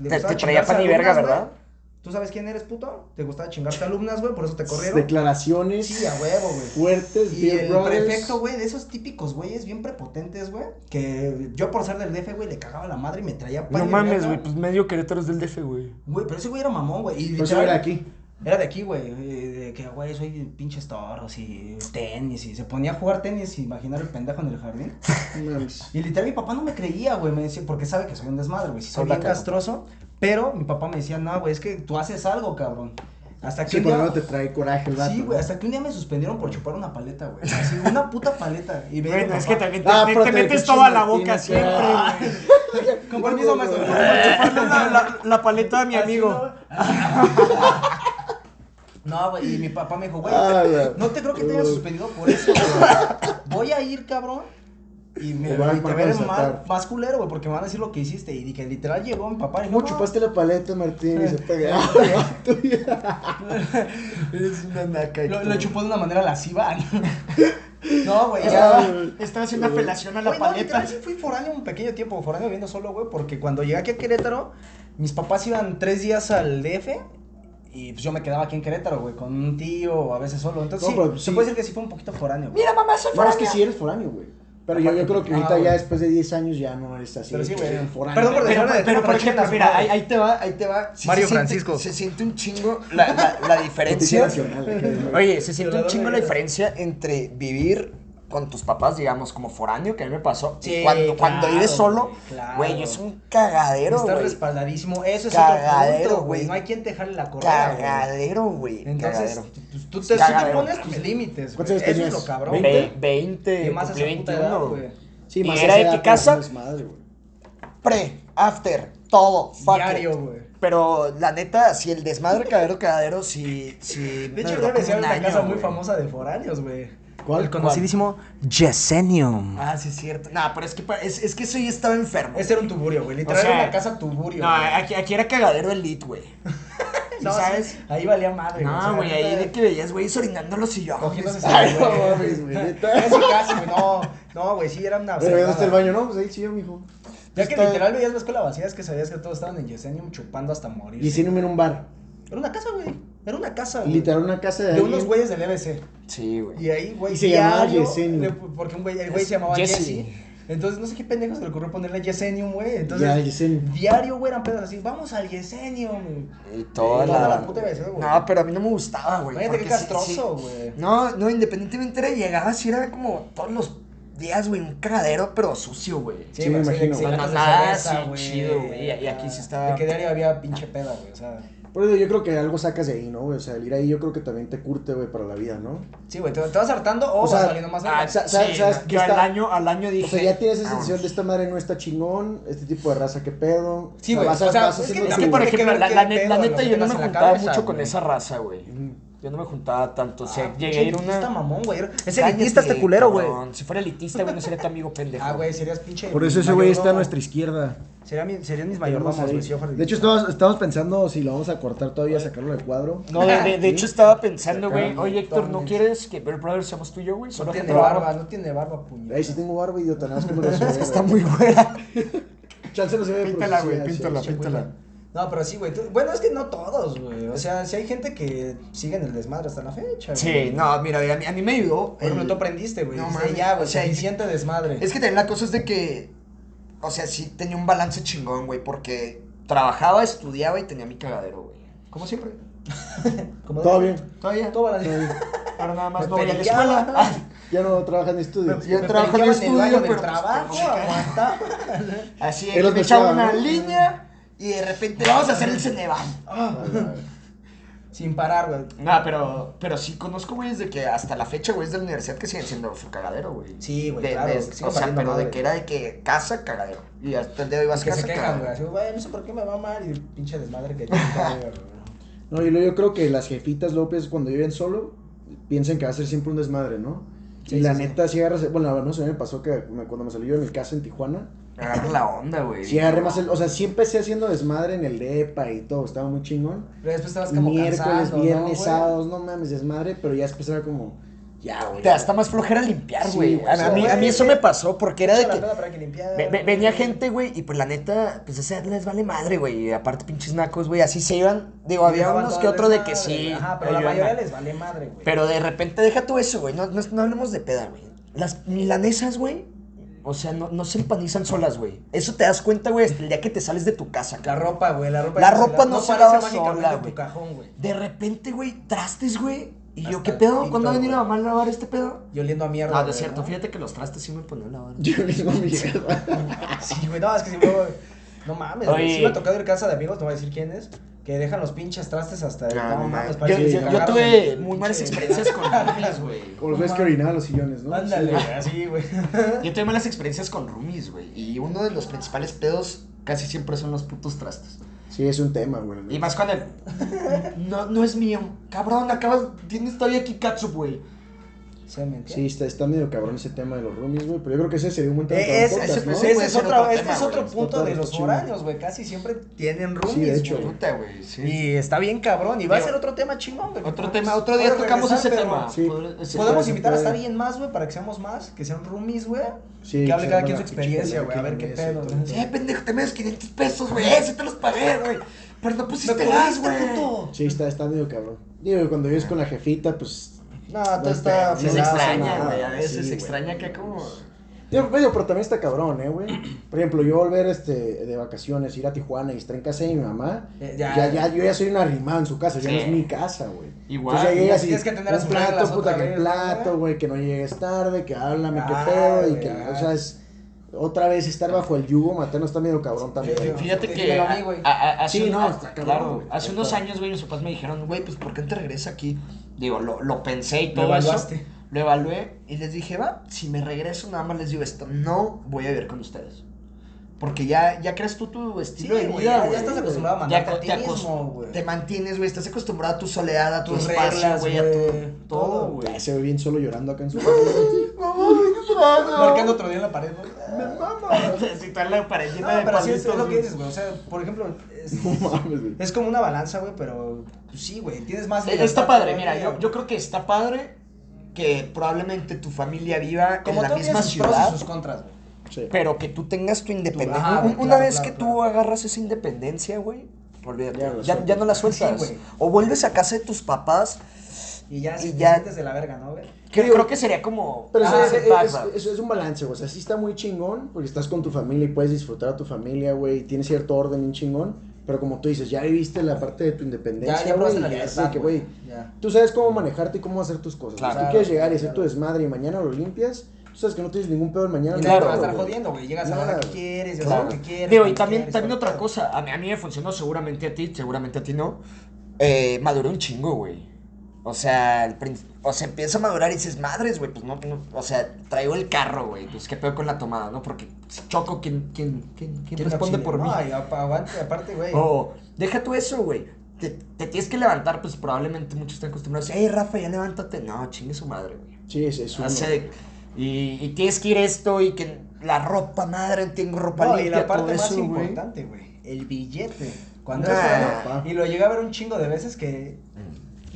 S1: le
S2: Te,
S1: gustaba
S2: te traía
S1: chingarse
S2: pan y
S1: alumnas,
S2: verga,
S1: güey.
S2: ¿verdad?
S1: ¿Tú sabes quién eres, puto? Te gustaba chingarte alumnas, güey, por eso te corrieron.
S3: Declaraciones
S1: Sí, a huevo, güey.
S3: fuertes,
S1: Y
S3: Beer
S1: el
S3: Brothers.
S1: prefecto, güey, de esos típicos güeyes bien prepotentes, güey, que yo por ser del DF, güey, le cagaba la madre y me traía pan
S2: No
S1: y
S2: mames,
S1: verga.
S2: güey. Pues medio Querétaro es del DF, güey.
S1: Güey, pero ese güey era mamón, güey. y
S3: Por eso era
S1: literal-
S3: Pues aquí.
S1: Era de aquí, güey. eh, De que, güey, soy pinches toros y tenis. Y se ponía a jugar tenis y imaginar el pendejo en el jardín.
S3: No mames.
S1: Y literal, mi papá no me creía, güey. Me decía, porque sabe que soy un desmadre, güey. Si soy
S2: Hola,
S1: bien
S2: cabrón.
S1: castroso. Pero mi papá me decía, no, güey, es que tú haces algo, cabrón. Hasta que
S3: Sí,
S1: un
S3: por lo
S1: día-
S3: menos te trae coraje el vato.
S1: Sí, güey, hasta que un día me suspendieron por chupar una paleta, güey. Así, una puta paleta. Y me dijo,
S2: Bueno, es que
S1: papá,
S2: también te,
S3: Ah,
S2: te-
S3: pero
S2: te
S3: te
S2: metes
S3: pinche
S2: toda la boca
S3: Martínez,
S2: siempre,
S3: ah.
S2: güey.
S1: Con permiso, maestro.
S3: güey.
S2: Chuparle la, la- la paleta de mi
S1: Así,
S2: amigo.
S1: No, No, güey, y mi papá me dijo, güey,
S3: Ah, la-
S1: no te creo que te hayan
S3: Uy.
S1: suspendido por eso, güey. Voy a ir, cabrón. Y me
S3: Te van-
S1: y te
S3: van a
S1: veré
S3: desatar.
S1: más, más culero, güey, porque me van a decir lo que hiciste. Y dije, literal, llegó mi papá. y dije,
S3: ¿Cómo
S1: "No".
S3: chupaste la paleta, Martín? Y se Ah, pegaste.
S2: Eres una naca.
S1: Lo, lo chupó de una manera lasciva. No, güey,
S3: Ah,
S2: Estaba,
S1: ya.
S2: estaba haciendo apelación a la
S1: Güey, no,
S2: paleta.
S1: literal, sí fui foráneo un pequeño tiempo, foráneo viviendo solo, güey, porque cuando llegué aquí a Querétaro, mis papás iban tres días al DF y pues yo me quedaba aquí en Querétaro, güey, con un tío o a veces solo. Entonces,
S3: No,
S1: sí,
S3: pero
S1: se
S3: sí.
S1: puede decir que sí fue un poquito foráneo, güey.
S2: Mira, mamá, soy
S3: No, es que
S2: foránea.
S3: sí eres foráneo, güey. Pero yo, yo creo que
S1: Ah,
S3: ahorita ya
S1: güey.
S3: después de 10 años ya no eres así.
S1: Pero sí, güey.
S3: eres foráneo.
S1: Perdón por
S2: Pero,
S1: Ahora de
S2: pero, por
S1: chingas,
S2: ejemplo, mira, ahí,
S1: madre.
S2: ahí te va, ahí te va. Sí,
S1: Mario
S2: se siente-
S1: Francisco.
S2: se siente un chingo la, la- la diferencia. Oye, se siente un
S1: Violador
S2: chingo
S1: de
S2: la
S1: guerra.
S2: diferencia entre vivir con tus papás, digamos, como foráneo, que a mí me pasó. y
S1: Sí,
S2: cuando, cuando
S1: claro,
S2: vives solo,
S1: güey, claro.
S2: güey, es un cagadero,
S1: Estás
S2: güey.
S1: respaldadísimo. Eso es
S2: Cagadero,
S1: otro punto,
S2: güey.
S1: güey. No hay quien te jale la correa, güey.
S2: Cagadero, güey.
S1: Entonces,
S2: cagadero.
S1: pues, tú te, sí te
S2: Cagadero.
S1: pones tus límites, güey.
S3: ¿Cuántos años
S1: Eso es
S3: tenías?
S1: lo cabrón.
S3: ¿Veinte?
S2: Ve- 20,
S1: Y más a esa
S2: cumplí
S1: puta edad,
S2: 21.
S1: güey.
S3: Sí,
S2: ¿Y
S3: más
S2: era
S3: esa
S2: de
S3: edad,
S2: qué
S3: pues,
S2: casa?
S3: es madre, güey.
S2: Pre, after, todo, fuck it.
S1: Diario, güey.
S2: Pero la neta, si el desmadre cadero cadero, si. si
S1: De hecho,
S2: me
S1: yo
S2: duró
S1: creo que
S2: como
S1: sea
S2: un
S1: una
S2: año,
S1: casa muy
S2: güey.
S1: famosa de foráneos, güey.
S3: ¿Cuál?
S1: El conocidísimo Yesenium.
S2: Ah, sí, es cierto. No, pero es que, pa- es, es que eso ya estaba enfermo.
S1: Ese era un tuburio, güey. Literal
S2: O sea,
S1: era una casa tuburio.
S2: No,
S1: güey.
S2: aquí, aquí era cagadero elite, güey. ¿Sí
S1: No,
S2: ¿Sabes?
S1: sí, Ahí valía madre, o sea,
S2: No, güey, ahí
S1: neta,
S2: de que veías, güey, orinando los
S1: cogiéndose
S2: sillones.
S1: ese
S3: Ay, no
S1: güey.
S3: mames, güey, neta.
S1: Casi, casi, güey. No, no, güey, sí, era una.
S3: Pero ya hasta Ah, el
S1: observada.
S3: baño, no, pues ahí sí, yo, mijo.
S1: Ya que
S2: Está-
S1: literal veías la escuela vacía, es que sabías que todos estaban en Yesenium chupando hasta morir.
S3: Y si no me en un bar.
S1: Era una casa, güey. Era una casa. güey.
S3: Literal, una casa Ah, de
S1: De unos
S3: alguien.
S1: güeyes del EBC.
S2: Sí, güey.
S1: Y ahí, güey.
S3: Y se llamaba
S1: diario,
S3: Yesenia.
S1: le- Porque un güey, el güey se llamaba
S2: Jesse.
S1: Jesse. Entonces, no sé qué pendejo se le ocurrió ponerle Yesenium, güey. Entonces,
S3: Ya, Yesenia.
S1: diario, güey, eran pedos así, vamos al Yesenium, güey.
S2: Y toda
S1: Toda
S2: la...
S1: la puta versión, güey.
S2: No, pero a mí no me gustaba, güey.
S1: Imagínate qué
S2: porque sí- sí-
S1: castroso, güey.
S2: No, no, independientemente era llegaba, si era como todos los días, güey, un cagadero, pero sucio, güey.
S3: Sí, me
S1: pero
S3: imagino.
S1: sí,
S2: Con
S1: latas de
S2: mamadas
S1: cerveza,
S2: y
S1: güey,
S2: chido, güey, y aquí sí estaba-
S1: De que diario había pinche peda, güey, o sea.
S3: Por eso yo creo que algo sacas de ahí, ¿no? güey? O sea, el ir ahí yo creo que también te curte, güey, para la vida, ¿no?
S1: Sí, güey, te, te vas hartando o,
S3: O sea,
S1: vas saliendo más
S2: Ah,
S1: verga.
S3: sa- sa-
S2: sí,
S3: sabes
S2: no,
S3: que
S2: yo al
S3: está-
S2: año, al año dije... "Ah,
S3: O sea, ya tienes esa
S2: "Vámonos".
S3: sensación de esta madre no está chingón, este tipo de raza, qué pedo.
S1: Sí, güey,
S3: vas a-
S1: o sea,
S3: vas
S1: es que
S3: haciendo
S2: Es
S1: también
S2: que,
S3: tu-
S2: por
S1: tiene que
S2: ejemplo,
S1: ver
S2: la,
S1: qué
S2: la
S1: pedo,
S2: net- la
S1: lo que
S2: neta yo no
S1: tengas
S2: me
S1: en la
S2: juntaba
S1: cabeza,
S2: mucho con
S1: güey.
S2: esa raza, güey. Yo no me juntaba tanto, o sea, llegué a ir
S1: Ah, Pinche elitista
S2: una...
S1: mamón, güey. Es
S2: Cállate,
S1: elitista este culero, güey.
S2: cabrón. Si fuera elitista, güey, no sería tu amigo pendejo.
S1: Ah, güey, serías pinche.
S6: Por eso ese güey está a
S1: mayordomo.
S6: nuestra izquierda.
S1: Serían, mi- serían mis
S3: Tenemos
S1: mayordomos,
S3: ahí.
S1: güey. si yo fuera
S6: De hecho,
S1: elitista.
S6: estamos, estamos pensando si lo vamos a cortar todavía, sacarlo del cuadro.
S2: No, de, de- de hecho estaba pensando, güey,
S1: Sacando
S2: oye Héctor, ¿no
S1: tones.
S2: quieres que Bear Brothers seamos tú y yo, güey?
S1: No
S2: Solo
S1: tiene
S2: gente barba.
S1: barba, no tiene barba, puñal.
S3: Ahí sí tengo barba, idiota, nada más que me lo sube,
S2: Está
S3: güey.
S2: muy buena.
S3: Chance no
S1: Pues
S3: se ve. pero
S2: Píntala,
S3: sí,
S2: güey,
S3: sí,
S2: píntala,
S3: sí.
S2: píntala.
S1: No, pero sí, güey. tú- Bueno, es que no todos, güey. O sea, si hay gente que sigue en el desmadre hasta la fecha, güey.
S2: Sí, no, mira, a mí, a mí me ayudó.
S1: Por ejemplo,
S2: el-
S1: tú aprendiste, güey.
S2: No
S1: No,
S2: mames,
S1: ya, güey.
S2: o sea,
S1: y
S2: y-
S1: siente desmadre.
S2: Es que también la cosa es de que, o sea, sí tenía un balance chingón, güey, porque trabajaba, estudiaba y tenía mi cagadero, güey. Como siempre.
S1: Como
S3: Todo
S1: de-
S3: bien.
S2: Todavía.
S1: Todo balanceado.
S2: Ahora nada más
S1: Me
S2: no voy a la
S1: peleaba.
S2: escuela.
S3: Ya no trabajan en estudios.
S2: Yo
S1: Me
S2: trabajo en el
S1: peleaba el baño
S2: estudio,
S1: del
S2: pero... pues,
S1: trabajo, aguantaba.
S2: Así es, que
S3: Él los
S2: me echaba
S3: mezclaba,
S2: una
S3: ¿no?
S2: línea y de repente vamos a hacer el Ceneval. Ah.
S1: Sin parar, güey.
S2: No, pero, pero sí conozco güeyes de que hasta la fecha, güeyes de la universidad que siguen siendo su cagadero, güey.
S1: Sí, güey,
S2: De-
S1: claro,
S2: de-
S1: que siguen
S2: o sea,
S1: valiendo
S2: pero de
S1: madre.
S2: que era de que casa, cagadero. Y hasta el día de hoy vas
S1: Que
S2: casa,
S1: se quejan,
S2: cagadero.
S1: güey. Así, güey, no sé por qué me va mal y pinche desmadre que tiene, güey.
S3: No, y luego yo creo que las jefitas López cuando viven solo piensan que va a ser siempre un desmadre, ¿no?
S1: Sí,
S3: y la
S1: sí, sí.
S3: neta, si agarras. Bueno, al menos a mí me pasó que me- cuando me salí yo de mi casa en Tijuana,
S2: Agarra la onda, güey.
S3: si agarré más. el- o sea, sí empecé haciendo desmadre en el DEPA y todo, estaba muy chingón.
S1: Pero después te vas como
S3: Miércoles,
S1: cansando, ¿no,
S3: viernes,
S1: güey?
S3: sábados, no mames, desmadre, pero ya empezaba como. Ya, güey.
S2: Te da hasta más flojera limpiar,
S3: Sí,
S2: güey.
S3: güey,
S2: a,
S3: o sea,
S2: a mí, a mí
S1: güey,
S2: eso me pasó porque era de
S1: Echa la
S2: que...
S1: peda para que limpiara,
S2: ve- ve-
S1: güey.
S2: venía gente, güey, y pues la neta, pues esa les vale madre, güey. Y aparte, pinches nacos, güey, así se iban. Digo, había
S1: Llevaban
S2: unos
S1: todo
S2: que
S1: el
S2: otro de que
S1: desmadre,
S2: sí.
S1: güey. Ajá, pero la
S2: ayudan
S1: mayoría
S2: a-
S1: les vale madre, güey.
S2: Pero de repente deja tú eso, güey. No, no, no hablemos de peda, güey. Las milanesas, güey. O sea, no, no se empanizan solas, güey. Eso te das cuenta, güey, hasta el día que te sales de tu casa,
S1: La
S2: cabrón.
S1: ropa, güey, la ropa.
S2: La ropa no se lava
S1: mágicamente
S2: sola,
S1: tu
S2: güey.
S1: cajón, güey.
S2: De repente, güey, trastes, güey. Y yo,
S1: Hasta
S2: ¿qué
S1: el
S2: pedo?
S1: pito,
S2: ¿Cuándo va a venir
S1: güey.
S2: a mamá a lavar este pedo?
S1: Y oliendo a mierda.
S2: No, Ah, de
S1: güey,
S2: cierto.
S1: ¿no?
S2: Fíjate que los trastes sí me ponen la hora.
S3: Ah, Yo mismo me llegaba.
S1: Sí, güey, no, es que si me No mames,
S2: Oye.
S1: güey. Si me ha tocado ir a casa de amigos, te voy a decir quién es. Que dejan los pinches trastes hasta. el-
S2: Ah, no mames.
S1: parece
S2: Yo-
S1: que
S2: yo- yo
S1: cagaron
S2: tuve
S1: el
S2: muy malas
S1: pinche-
S2: experiencias con roomies, güey.
S3: Como los ves que orinaban los sillones, ¿no?
S1: Ándale, güey, así, güey.
S2: Yo tuve malas experiencias con roomies, güey. Y uno de los principales pedos casi siempre son los putos trastes.
S3: Sí, es un tema, güey.
S2: Y más con el. No, no es mío. Cabrón, acabas. Tienes todavía aquí catsup, güey.
S1: Se me
S3: Sí, está, está medio cabrón ese tema de los roomies, güey. Pero yo creo que ese sería un buen tema. para un
S1: Eh, es-
S3: podcast,
S1: ese-
S3: ¿no?
S2: ese
S1: ese
S2: puede
S1: es
S2: ser
S1: otro,
S2: otro
S1: este
S2: tema,
S1: es otro
S2: güey.
S1: punto
S3: Está
S1: de
S3: todo
S1: los
S3: chido.
S1: foráneos, güey. Casi siempre tienen roomies,
S3: Sí, de hecho,
S1: güey.
S3: güey.
S2: Puta, güey. Sí.
S1: Y está bien cabrón. Y va a
S2: Digo,
S1: ser otro tema chingón, güey.
S2: Otro tema, otro día
S1: Puede
S2: tocamos
S1: regresar,
S2: ese
S1: pero
S2: tema.
S3: Sí.
S2: Podr- ese-
S1: Podemos
S3: puede,
S1: invitar
S3: puede.
S1: a alguien más, güey, para que seamos más, que sean roomies, güey.
S3: Sí,
S1: que hable
S3: se
S1: cada quien su
S3: arma la pinche
S1: experiencia,
S3: pelea
S1: güey.
S3: aquí
S1: A
S3: en
S1: ver
S3: la
S1: qué
S3: mesa y
S1: pedo,
S3: todo.
S1: güey.
S2: Eh, pendejo, te me das 500 pesos, güey. Ese te los pagué, güey. Pero no pusiste gas, güey.
S3: Sí, está, está medio cabrón. Digo, cuando vives con la jefita, pues.
S1: No, todo
S3: No,
S1: está.
S3: sí,
S2: Sí,
S1: pelado,
S2: se
S3: No,
S2: extraña,
S3: nada,
S2: güey. A veces
S3: sí,
S2: se
S3: güey.
S2: extraña que como.
S3: Digo, pero, pero también está cabrón, ¿eh, güey? Por ejemplo, yo volver este, de vacaciones, ir a Tijuana y estar en casa de mi mamá.
S1: Eh, ya.
S3: ya, ya, yo ya soy un arrimado en su casa, ya
S2: Sí.
S3: no es mi casa, güey.
S2: Igual,
S3: Entonces ya
S1: ya
S3: llegas y
S1: tienes que atender a
S3: un
S1: sus reglas
S3: plato,
S1: otra
S3: puta, que
S1: vez, ¿no,
S3: plato,
S1: güey?
S3: güey, que no llegues tarde, que háblame,
S1: Ah,
S3: que pedo,
S1: güey,
S3: y que,
S1: ah.
S3: o sea, es otra vez estar bajo el yugo, materno está medio cabrón también.
S1: Sí,
S3: güey.
S2: Fíjate
S1: Sí,
S2: que
S1: dímelo a
S2: a-
S1: mí, güey.
S2: a- a- hace,
S3: Sí,
S2: un-
S3: no,
S2: a-
S3: está cabrón,
S2: claro,
S3: güey.
S2: hace
S3: Está
S2: unos
S3: cabrón.
S2: años, güey, mis papás me dijeron, güey, pues ¿por qué no te regresas aquí? Digo, lo, lo pensé y
S1: Lo
S2: todo
S1: evaluaste.
S2: eso. Lo evalué y les dije, va, si me regreso nada más les digo esto, no voy a vivir con ustedes. Porque ya, ya creas tú tu
S1: Sí,
S2: estilo
S1: güey,
S2: de vida,
S1: ya,
S2: güey.
S1: ya estás acostumbrado a
S2: Te
S1: mandarte
S2: aco-
S1: a ti
S2: te, acos-
S1: mismo, güey.
S2: te mantienes, güey, estás acostumbrado a tu soledad, a tu
S1: Tus
S2: espacio,
S1: reglas,
S2: güey, a
S1: güey,
S2: tu, todo,
S1: todo,
S2: güey.
S3: Ya se ve bien solo llorando acá en su casa. güey.
S1: Marcando otro día en la pared, güey.
S2: Si tú la pared llena
S1: No,
S2: de
S1: pero sí es
S2: palitos,
S1: es lo que
S2: güey.
S1: dices, güey. O sea, por ejemplo, es,
S3: No mames, güey.
S1: es como una balanza, güey, pero pues, sí, güey. Tienes más.
S2: Eh,
S1: libertad
S2: Está padre,
S1: todavía,
S2: mira, yo,
S1: güey.
S2: yo creo que está padre que probablemente tu familia viva
S1: Como
S2: en la
S1: todo tiene
S2: misma
S1: sus pros y
S2: ciudad,
S1: sus contras, güey.
S3: Sí.
S2: pero que tú tengas tu independencia.
S1: Ajá, güey,
S2: Un- Una
S1: claro,
S2: vez
S1: claro,
S2: que
S1: claro.
S2: tú agarras esa independencia, güey, olvídate,
S3: Ya la
S2: ya, ya
S3: sueltas.
S2: no la sueltas.
S1: Sí, güey.
S2: o vuelves a casa de tus papás
S1: Y ya, si
S2: Y
S1: te
S2: ya-
S1: sientes de la verga, ¿no, güey?
S2: Creo, creo que sería como.
S3: Pero o sea,
S2: Ah,
S3: es,
S2: ese
S3: es-
S2: pack,
S3: es-
S2: va.
S3: es- es un balance, güey. O sea, sí está muy chingón porque estás con tu familia y puedes disfrutar a tu familia, güey. y Tienes cierto orden bien chingón. Pero como tú dices, ya viviste la parte de tu
S1: Ya,
S3: independencia,
S1: ya probaste
S3: güey.
S1: la
S3: y ya es de
S1: libertad,
S3: que, güey,
S1: Ya.
S3: Tú sabes cómo manejarte y cómo hacer tus cosas.
S2: Claro.
S3: Si tú quieres
S1: Claro,
S3: llegar y hacer
S1: claro.
S3: tu desmadre y mañana lo limpias, tú sabes que no tienes ningún pedo en mañana.
S1: Y
S3: ni
S1: nadie te
S2: Claro,
S1: va a
S3: pedo,
S1: estar
S3: güey.
S1: jodiendo, güey. Llegas a la hora que
S3: Claro.
S1: quieres, y a la
S2: Claro.
S1: hora que quieres.
S2: Digo, y
S1: cuando
S2: también,
S1: quieres,
S2: también
S1: cuando
S2: otra
S1: quieres.
S2: cosa, a mí, a mí me funcionó seguramente a ti, seguramente a ti no. Eh, maduré un chingo, güey. O sea, el prin- o sea, empieza a madurar y dices, madres, güey, pues no, no- o sea, traigo el carro, güey, pues qué pedo con la tomada, ¿no? Porque si choco, ¿quién, quién, quién, quién
S1: ¿Quién
S2: responde
S1: auxilia?
S2: por mí?
S1: No, y apa- aguante, aparte, güey.
S2: Oh, deja tú eso, güey. Te, te tienes que levantar, pues probablemente muchos están acostumbrados. Hey, Rafa, ya levántate. No, chingue su madre, güey.
S3: Sí, es, es uno.
S2: O sea, y, y tienes que ir esto y que la ropa madre, tengo ropa
S1: No, y
S2: limpia,
S1: la parte
S2: todo
S1: más
S2: eso, güey.
S1: importante, güey. El billete. Cuando
S2: Nah.
S1: era joven, Y lo llegué a ver un chingo de veces que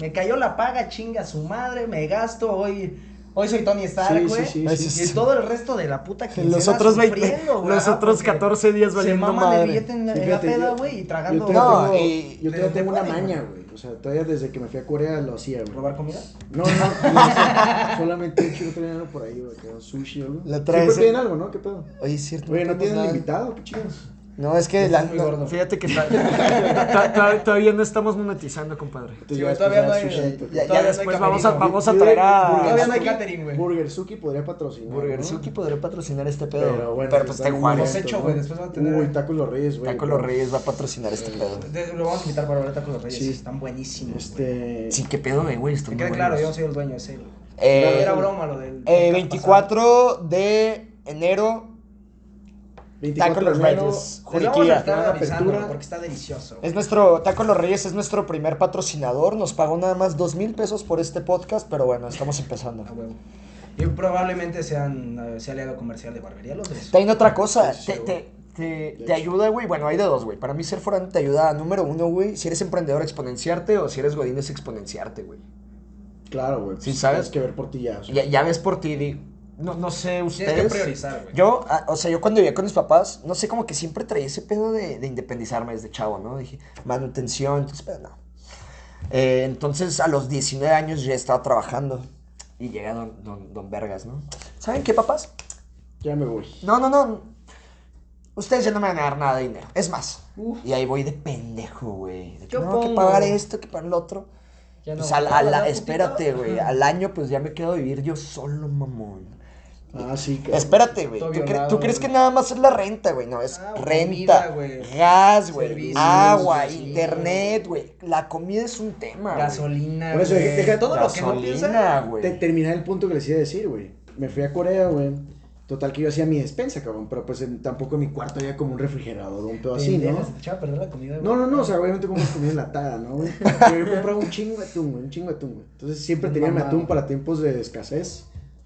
S1: me cayó la paga, chinga su madre, me gasto hoy. Hoy soy Tony
S3: Sí,
S1: Stark,
S3: sí,
S1: güey.
S3: sí,
S2: sí,
S1: y
S2: sí.
S1: todo el resto de la puta que
S2: Los otros 20, los otros 14 días valiendo
S1: ah, Se maman el
S2: madre.
S1: billete en la, en la
S3: Fíjate,
S1: peda,
S3: yo-
S1: güey, y
S3: Yo
S1: tragando.
S3: todavía
S2: No,
S3: tengo,
S2: y-
S3: yo todavía
S1: desde
S3: tengo una
S1: pueden,
S3: maña, güey. O sea, todavía desde que me fui a Corea lo hacía, güey.
S1: ¿Robar comida?
S3: No, no, no. solamente un chico coreano por ahí, güey. que era Sushi o algo.
S2: La traes,
S3: Siempre piden
S2: eh.
S3: algo, ¿no? ¿Qué pedo?
S2: Oye, es cierto.
S3: Oye, ¿no
S2: tenemos
S3: tienen
S2: nada.
S3: invitado? ¿Qué chingados?
S2: No, es que la-
S1: muy gordo.
S2: fíjate que ta- ta- ta- todavía no estamos monetizando, compadre.
S3: Entonces
S1: Sí,
S3: pues, ya
S1: güey, todavía
S3: después era
S1: no hay-
S3: sushi, pero-
S1: ya-
S2: Ya
S1: no hay
S2: después vamos a,
S1: camerino.
S2: vamos a traer a...
S1: Todavía no hay catering, güey.
S3: Burger Suki podría patrocinar. ¿no?
S2: Burger Suki podría patrocinar este pedo.
S3: Pero bueno.
S2: Pero pues está en Juárez.
S1: Los hechos, güey, después pues, va a tener-
S3: Uy, Tacos Los Reyes, güey.
S2: Taco Los Reyes va a patrocinar este pedo.
S1: De- Lo vamos a invitar para ver tacos los reyes.
S3: Sí.
S1: Están buenísimos. güey.
S3: Este.
S2: Sí, qué pedo, eh, güey.
S1: Que
S2: Están
S1: quede
S2: muy
S1: claro, yo no
S2: buenos.
S1: soy el dueño, ese. güey.
S2: Eh,
S1: Era broma lo del.
S2: eh, 24 de enero,
S3: 24
S2: Taco
S3: de
S2: Los
S3: enero,
S2: Reyes.
S1: Les vamos a
S2: Juriquilla.
S1: estar
S3: gran
S1: avisando
S3: apertura.
S1: porque está delicioso. güey.
S2: Es nuestro, Taco Los Reyes es nuestro primer patrocinador. Nos pagó nada más dos mil pesos por este podcast, pero bueno, estamos empezando.
S1: A huevo. Y probablemente sean, eh, sea aliado comercial de barbería los dos.
S2: También otra cosa,
S3: Sí, sí,
S2: te,
S3: güey.
S2: te, te, te ayuda, güey. Bueno, hay de dos, güey. Para mí ser foráneo te ayuda, número uno, güey. Si eres emprendedor, exponenciarte, o si eres godín, es exponenciarte, güey.
S3: Claro, güey.
S2: Sí,
S3: pues,
S2: ¿sabes?
S3: Tienes que ver por ti ya. o sea.
S2: Ya, ya ves por ti, di- no, no sé, ustedes...
S1: Tienes que priorizar, güey.
S2: Yo, ah, o sea, yo cuando vivía con mis papás, no sé, como que siempre traía ese pedo de, de independizarme desde chavo, ¿no? Dije, manutención, entonces, pero no. Eh, entonces, a los 19 años ya estaba trabajando y llega don, don, don Vergas, ¿no? ¿Saben qué, papás?
S3: Ya me voy.
S2: No, no, no. Ustedes ya no me van a dar nada de dinero. Es más. Y ahí voy de pendejo, güey. De que,
S1: Yo
S2: no, que
S1: pongo.
S2: pagar esto, que pagar lo otro.
S1: Ya no.
S2: pues al, al-
S1: Ya, putito.
S2: espérate, güey. Al año, pues ya me quedo a vivir yo solo, mamón.
S3: Ah, sí, que.
S2: Espérate, güey. ¿Tú,
S1: Todo
S2: cre-
S1: violado,
S2: tú crees que
S1: güey.
S2: nada más es la renta, güey? No, es
S1: Ah,
S2: renta,
S1: comida, güey.
S2: gas, güey,
S1: Servicios,
S2: agua,
S1: sí,
S2: internet, güey. La comida es un tema, güey.
S1: Gasolina.
S3: Por eso,
S1: güey.
S3: deja-
S1: todo lo que no
S2: Gasolina,
S1: piensa.
S2: güey.
S3: Te, terminé el punto que les iba a decir, güey. Me fui a Corea, güey. Total que yo hacía mi despensa, cabrón. Pero pues en- tampoco en mi cuarto había como un refrigerador o un pedo así, ¿no?
S1: Pendejas, echaba a perder la comida, güey.
S3: No, no, no, o sea, obviamente como comida enlatada, ¿no, güey? Pero yo compraba un chingo de atún, güey, un chingo de atún, güey. Entonces siempre tenía mi
S1: Mamá.
S3: atún para tiempos de escasez.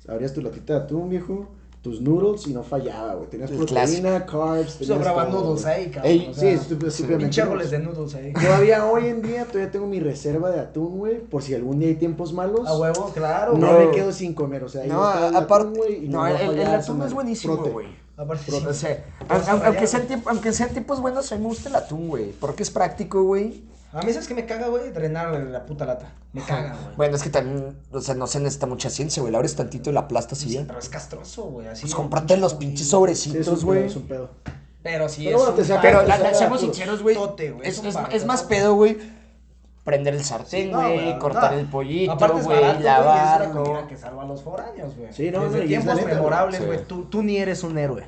S3: Abrías tu latita de atún, viejo, tus noodles y no fallaba, güey. Tenías
S2: El
S3: proteína, carbs, tenías
S1: Sobraban
S3: todo,
S1: nudos
S3: güey.
S1: ahí, cabrón.
S3: Ey,
S1: o
S3: sí, pues,
S1: sea,
S3: estu-
S1: Pinche
S3: simplemente.
S1: árboles de noodles ahí.
S3: Todavía hoy en día, todavía tengo mi reserva de atún, güey, por si algún día hay tiempos malos.
S1: A huevo, claro.
S3: No
S1: güey.
S3: me quedo sin comer, o sea, ahí
S2: No,
S3: está el atún,
S2: aparte.
S3: güey, y
S2: No,
S3: me
S2: el,
S3: va a
S2: el
S3: fallar esa
S2: atún es
S3: madre.
S2: buenísimo,
S3: Prote.
S2: güey.
S1: Aparte, sí.
S2: O sea,
S1: Pero
S2: aun-
S1: está
S2: aun- aunque,
S1: rayado.
S2: sean tiemp- aunque sean tiempos buenos, a mí me gusta el atún, güey. Porque es práctico, güey.
S1: A mí, ¿sabes qué me caga, güey? Drenar la puta lata. Me caga, güey.
S2: Bueno, es que también, o sea, no se necesita mucha ciencia, güey. La abres tantito y la aplastas y ya.
S1: Pero es castroso, güey. Así.
S2: Pues cómprate los pinches
S3: Sí, es
S2: sobrecitos,
S3: un
S2: güey.
S3: pedo, es un pedo.
S1: Pero sí
S3: Pero
S1: es.
S3: bueno, te
S1: un
S3: saca-
S2: Pero
S1: palo,
S2: la,
S3: Pues,
S2: la-
S3: ah,
S2: seamos
S3: pues,
S2: sinceros, güey.
S1: tote, güey,
S2: Es,
S1: es un
S2: es-
S1: paro,
S2: es más
S1: ¿no?
S2: pedo, güey. Prender el sartén,
S1: Sí, no,
S2: güey.
S1: no.
S2: cortar el pollito,
S1: Aparte es barato,
S2: güey.
S1: güey, es la
S2: Lavarlo.
S1: comida que salva a los foráneos, güey.
S3: Sí,
S1: Desde
S3: no, no, y es la
S1: tiempos
S3: neta, güey.
S1: memorables,
S2: Sí.
S1: güey. Tú, tú ni eres un héroe.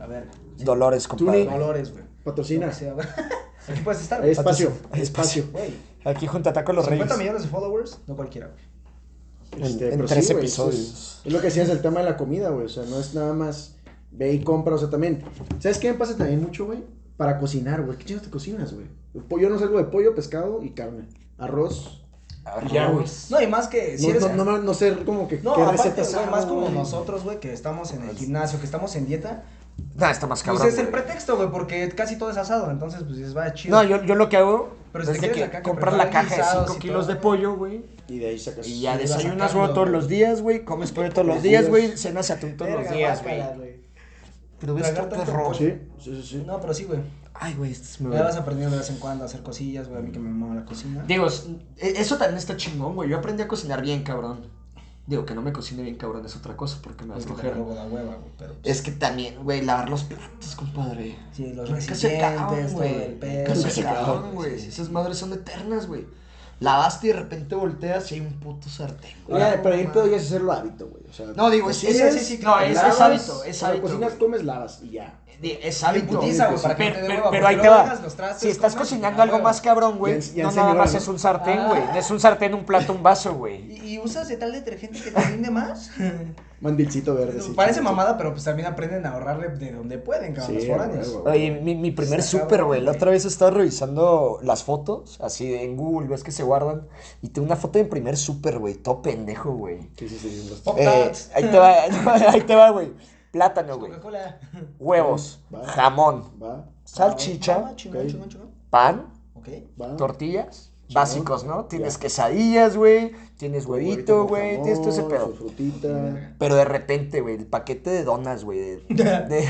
S1: A ver,
S2: Dolores, compadre.
S1: Dolores, güey.
S3: Patrocina.
S1: Lo que sea, güey. Aquí puedes estar,
S3: Hay
S1: güey.
S3: espacio,
S2: Hay
S3: hay
S2: espacio.
S3: espacio.
S1: Güey,
S2: Aquí junto a Taco los
S1: 50
S2: Reyes.
S1: millones de followers, no cualquiera, güey.
S3: Este,
S2: En- en
S3: pero
S2: tres
S3: güey, eso es-
S2: episodios.
S3: Es, lo que decías, el tema de la comida, güey. O sea, no es nada más ve y compra. O sea, también. ¿Sabes qué me pasa también mucho, güey? Para cocinar, güey. ¿Qué chingados te cocinas, güey? Po- Yo no salgo de pollo, pescado y carne. Arroz.
S2: Arroz.
S3: Ya, güey.
S1: No, y más que si
S3: no,
S1: eres.
S3: no, no, no sé como que
S1: No,
S3: qué
S1: aparte,
S3: recetas
S1: güey,
S3: hago,
S1: más como
S3: güey.
S1: nosotros, güey, que estamos en el gimnasio, que estamos en dieta.
S2: Nah, está más cabrón.
S1: Pues es el
S2: güey.
S1: pretexto, güey, porque casi todo es asado. Entonces, pues dices, va chido.
S2: No, yo, yo lo que hago
S1: Pero si
S2: es
S1: te
S2: de
S1: quieres
S2: que
S1: acá que
S2: comprar la
S1: preparan
S2: caja de
S1: guisados
S2: 5
S1: y
S2: kilos
S1: todo,
S2: de pollo, güey.
S3: Y de ahí sacas.
S2: Y ya
S1: le vas
S2: desayunas
S1: sacando,
S2: huevo todos
S1: güey.
S2: los días, güey. Comes pollo todos los días, güey. Cenas atún todos los
S1: Verga,
S2: días, güey.
S1: guácala, güey.
S2: Pero ves
S1: Tragar
S2: tanto
S1: tanto
S2: error.
S3: Sí, sí, sí. sí.
S1: No, pero sí, güey.
S2: Ay, güey, esto es muy
S1: Ya
S2: bueno.
S1: vas aprendiendo de vez en cuando a hacer cosillas, güey. A mí que me mama la cocina.
S2: Digo, es- e- eso también está chingón, güey. Yo aprendí a cocinar bien, cabrón. Digo, que no me cocine bien, cabrón, es otra cosa, porque me va a
S1: Es Pues, que
S2: escoger.
S1: luego da hueva, güey. Pero. pues,
S2: Es que también, güey, lavar los platos, compadre.
S1: Sí, los
S2: Nunca se acaban,
S1: recipientes, todo
S2: güey.
S1: el pedo.
S2: Nunca se acaban,
S1: Sí,
S2: güey.
S1: sí, sí.
S2: Esas madres son eternas, güey. Lavaste y de repente volteas y hay un puto sartén. güey.
S3: Oye, pero ahí pedo ya es hacerlo hábito, güey. O sea, pues,
S2: No, digo, es, es,
S3: cocinas,
S2: es- sí, no, es- es
S3: lavas,
S2: hábito, es
S3: o sea,
S2: hábito,
S3: cocinas,
S2: güey.
S3: comes, lavas y ya.
S2: Di- Es
S1: Y
S2: hábito.
S1: putiza, güey, para que
S2: Pero,
S1: no te dé
S2: pero-
S1: hueva,
S2: pero
S1: porque
S2: ahí te
S1: luego
S2: va.
S1: dejas los trastes,
S2: Si estás
S1: comes y
S2: cocinando
S1: la
S2: algo
S1: hueva.
S2: más cabrón, güey,
S3: Ya en- ya
S2: no
S3: en
S2: nada más
S3: señora,
S2: es un sartén,
S1: Ah.
S2: güey. Es un sartén, un plato, un vaso, güey.
S1: ¿Y, y usas de tal detergente que te rinde más?
S3: Mandilcito verde. sí,
S1: Parece
S3: chiquito.
S1: mamada, pero pues también aprenden a ahorrarle de donde pueden, cabrón,
S3: Sí,
S1: los foráneos.
S3: güey, güey.
S2: Oye, mi, mi primer
S1: Está
S2: súper,
S1: cabrón,
S2: güey. La
S1: güey.
S2: otra vez estaba revisando las fotos, así de en Google, ves que se guardan. Y tengo una foto de mi primer súper, güey. Todo pendejo, güey.
S3: Sí, sí, sí. sí, los-
S1: Pop
S2: Eh,
S1: Tarts.
S2: ahí te va, ahí te va, güey. Plátano, güey.
S1: Coca-Cola.
S2: Huevos,
S3: Va.
S2: jamón,
S3: Va,
S1: Ah,
S2: salchicha,
S1: chingón,
S3: ok.
S1: chingón, chingón.
S2: pan,
S1: Ok.
S3: va.
S2: tortillas. Básicos, ¿no? Tienes quesadillas, güey. Tienes
S3: Huevito
S2: huevito,
S3: con
S2: güey.
S3: jamón,
S2: Tienes todo ese pedo.
S3: Su frutita.
S2: Pero de repente, güey, el paquete de donas, güey. De, de, de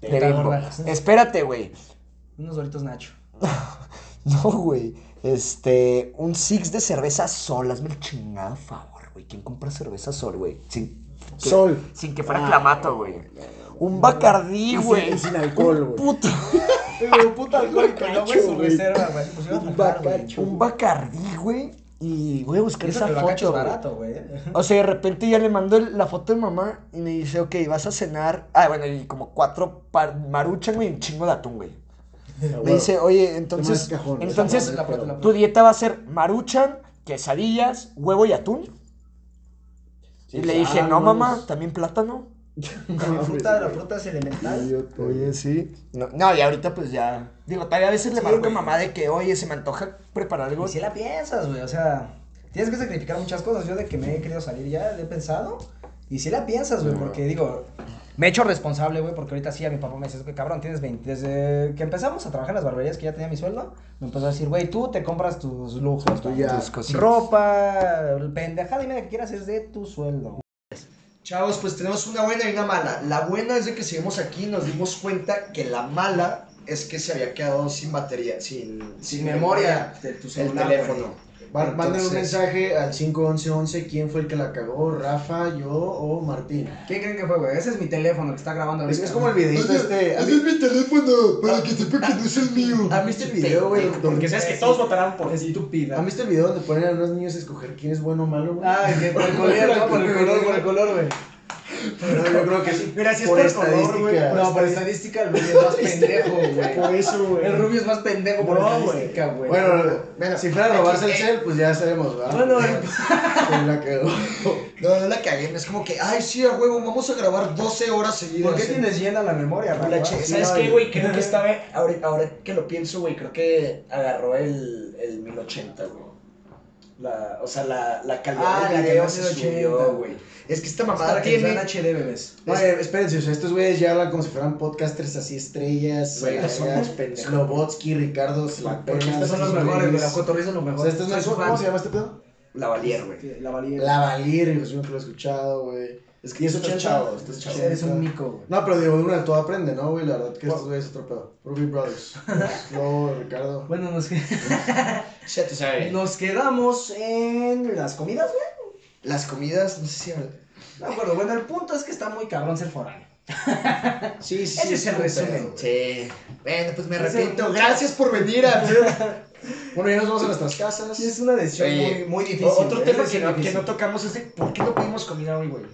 S1: te
S2: Bimbo.
S1: ahorras.
S2: Espérate, güey.
S1: Unos doritos nacho.
S2: No, güey. Este, un six de cerveza sol. Hazme el chingado favor, güey. ¿Quién compra cerveza sol, güey? Sin, que-
S3: Sol.
S2: Sin que
S3: Ah,
S2: fuera clamato, güey. Un bacardí,
S3: Y sin-
S2: güey.
S3: y sin alcohol, güey.
S2: Puto.
S1: Pero puta alcohólico, no, güey, su
S3: güey.
S1: reserva, güey. Pues iba a
S3: Un
S1: faltar, güey.
S3: bacacho.
S2: Un bacardí, güey. Y voy a buscar
S1: Eso
S2: esa
S1: que el bacacho
S2: foto,
S1: es
S2: güey.
S1: barato, güey.
S2: O sea, de repente ya le mando el- la foto de mamá y me dice, ok, vas a cenar. Ah, bueno, y como cuatro par- maruchan, güey, y un chingo de atún, güey.
S3: Ah,
S2: Me dice, oye, entonces,
S3: Tomas cajón.
S2: entonces,
S1: La foto, la foto, la
S2: tu dieta va a ser maruchan, quesadillas, huevo y atún.
S3: Sí,
S2: y le
S3: sí,
S2: dije,
S3: ah,
S2: no,
S3: mames.
S2: mamá, también plátano.
S1: La fruta, la fruta es elemental.
S3: Idiota.
S2: sí. No, no, y ahorita pues ya. Digo, todavía a veces le
S1: Sí,
S2: marco a
S1: güey.
S2: mamá de que, oye, se me antoja preparar algo.
S1: Y si la piensas, güey, o sea, tienes que sacrificar muchas cosas. Yo de que me he querido salir ya, le he pensado. Y si la piensas, güey, porque digo, me he hecho responsable, güey, porque ahorita sí a mi papá me dice, cabrón, tienes 20. Desde que empezamos a trabajar en las barberías, que ya tenía mi sueldo, me empezó a decir, güey, tú te compras tus lujos,
S3: Tú
S1: güey,
S3: ya.
S2: Tus cositas.
S1: ropa, pendejada y mira que quieras es de tu sueldo.
S2: Chavos, pues tenemos una buena y una mala. La buena es de que seguimos aquí y nos dimos cuenta que la mala es que se había quedado sin batería, sin, sin memoria
S3: de tu
S2: el
S3: celular,
S2: teléfono.
S3: Va- Manden un
S2: Entonces-
S3: mensaje al 51111. ¿Quién fue el que la cagó? ¿Rafa, yo o Martín?
S1: ¿Quién creen que fue, güey? Ese es mi teléfono que está grabando
S3: Es,
S1: ahorita.
S3: es como el videito este. ¿Has
S2: es
S3: mi teléfono para que sepa que no es el mío. ¿Has visto el video, güey?
S7: Porque sabes que todos votarán por ti.
S1: estúpida.
S3: ¿Han visto el video donde ponen a unos niños a escoger quién es bueno o malo, güey?
S2: este.
S1: Ah, que por el color, ¿no? Por el color, por el color, güey.
S3: Pero yo creo que sí.
S7: Mira, si es
S3: por
S7: por color, güey,
S3: estadística.
S1: No, por estadística el rubio es más pendejo,
S3: por
S1: güey.
S3: eso, güey.
S1: El rubio es más pendejo por
S3: No, güey.
S1: estadística, güey.
S3: Bueno, si fuera a robarse el cel, pues ya sabemos, ¿verdad?
S1: Bueno,
S3: Quién la cagó.
S2: No, no la cagué, no es como que, ay, sí, a huevo, vamos a grabar 12 horas seguidas.
S1: ¿por qué tienes llena la memoria,
S2: La
S1: Rafa?
S2: che-
S3: Sí,
S2: ¿Sabes
S3: no,
S2: qué,
S3: el-
S2: güey? Creo que estaba, ahora, ahora que lo pienso, güey, creo que agarró el, el 1080, güey. La, o sea, la, la calidad
S1: Ah, la
S2: del video
S1: calidad
S2: se
S1: 1080,
S2: subió, güey. Es que esta mamada
S1: Para que
S2: tiene...
S1: sean HD, bebés.
S3: Oye, eh, espérense, o sea, estos güeyes ya hablan como si fueran podcasters así estrellas.
S2: Güey,
S3: la
S2: somos
S3: verga,
S2: pendejos.
S3: Slobotsky, Ricardo,
S1: Porque
S3: Slapenas.
S1: estos son los
S3: estos
S1: mejores, güey.
S3: güeyes.
S1: La cotorriza son los
S3: O sea,
S1: mejores.
S3: estos no
S1: Soy
S3: son-
S1: fan.
S3: ¿Cómo se llama este pedo?
S2: La valier, güey.
S1: La valía.
S3: La Valier, yo siempre lo he escuchado, güey. Es que es
S1: Estos
S3: 80
S1: chavos,
S3: chavos, estos chavos.
S1: Eres un mico, güey.
S3: No, pero digo, uno de todo aprende, ¿no, güey? La verdad que estos güeyes es otro pedo. Ruby Brothers. Slow, Ricardo.
S1: Bueno, nos, que-
S2: Ya te sabes.
S1: nos quedamos en las comidas, güey.
S2: Las comidas, no sé si... habla-
S1: No me acuerdo. Bueno, el punto es que está muy cabrón ser foráneo.
S3: Sí, sí,
S1: Ese
S3: sí.
S1: es el
S3: un
S1: resumen,
S3: pedo, güey.
S2: Sí. Bueno, pues me
S1: Ese-
S2: arrepiento. Gracias por venir a...
S3: Bueno, ya nos vamos a nuestras casas.
S1: Sí, es una decisión muy,
S2: Oye,
S1: muy difícil.
S2: Otro
S1: güey.
S2: tema
S1: Es
S2: que no, que
S1: difícil.
S2: no tocamos es de por qué no pudimos combinar hoy, güey.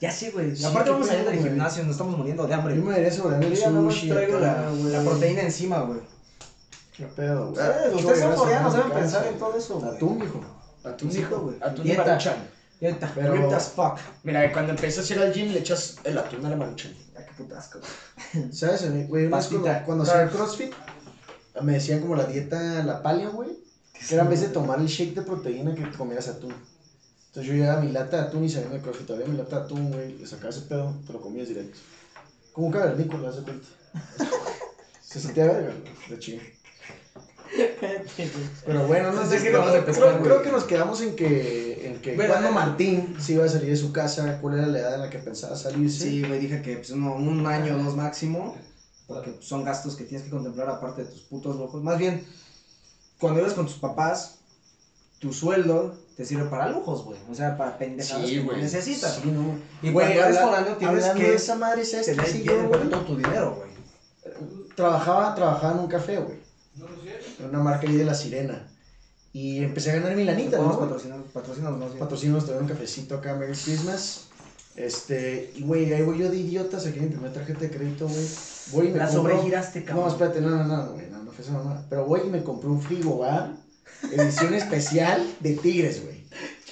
S1: Ya sé, güey.
S3: Sí,
S1: Aparte
S3: qué
S1: vamos saliendo
S3: pedo,
S1: del
S3: güey.
S1: gimnasio, nos estamos muriendo de hambre.
S3: Yo me debería sobrando el
S1: Yo ya no más
S3: sushi.
S1: traigo la,
S3: acá, güey.
S1: la proteína encima, güey.
S3: Qué pedo, güey.
S1: Ustedes-
S3: Yo
S1: ustedes son
S3: debería
S1: coreanos,
S3: sobrarme
S1: deben
S3: el
S1: pensar
S3: caso,
S1: en todo eso, güey.
S3: Atún, hijo.
S2: Atún,
S1: Sí,
S2: hijo.
S1: güey.
S2: Atún y
S1: Dieta.
S2: maruchan.
S1: Ya está,
S3: Pero-
S1: ripped as fuck.
S2: Mira, cuando empiezas a ir al gym le echas el atún a la maruchan.
S1: Ya, qué putasco.
S3: ¿Sabes? a mí, Güey, una vez cuando,
S1: Pastita.
S3: cuando hacía CrossFit, me decían como la dieta, la paleo, güey. Que era en vez de tomar el shake de proteína que comieras atún. Entonces yo llevaba mi lata de atún y saliendo de CrossFit, había mi lata de atún, güey. Le sacaba ese pedo, te lo comías directo. Como un cavernícola, haz de cuenta. Se sentía verga, güey, de chido. Pero bueno, no
S1: Entonces,
S3: sé
S1: ¿qué
S3: qué
S1: vamos a
S3: creo,
S1: pescar,
S3: creo-
S1: güey?
S3: creo que nos quedamos en que, en que
S1: Bueno,
S3: cuando
S1: eh,
S3: Martín se iba a salir de su casa, cuál era la edad en la que pensaba salirse.
S1: Sí, güey, dije que pues, uno- un año o dos máximo. porque son gastos que tienes que contemplar aparte de tus putos lujos. Más bien, cuando vives con tus papás, tu sueldo te sirve para lujos, güey. O sea, para pendejadas
S2: Sí,
S1: que
S2: güey.
S1: necesitas.
S3: Sí, no.
S1: Y cuando
S3: Güey,
S1: eres
S3: habla-
S1: foráneo tienes
S3: hablando
S1: que
S3: de esa madre, ¿sabes
S1: tener
S3: qué hice
S1: bien
S3: yo,
S1: en
S3: güey?
S1: cuenta todo tu dinero, güey.
S3: Trabajaba, trabajaba en un café, güey. En una marca ahí de La Sirena. Y empecé a ganar mi lanita, ¿no?
S1: Podemos
S3: güey?
S1: patrocinar, patrocínanos más bien.
S3: Patrocinos, te dan un cafecito acá, Merry Christmas. Este, y güey, ahí voy yo de idiotas aquí en mi primera tarjeta de crédito, güey. Voy y me
S4: La
S3: compro-
S4: sobregiraste, cabrón.
S3: No, espérate, no, no, no, güey, no, no fue esa mamada. Pero voy y me compré un frigobar, edición especial de Tigres, güey.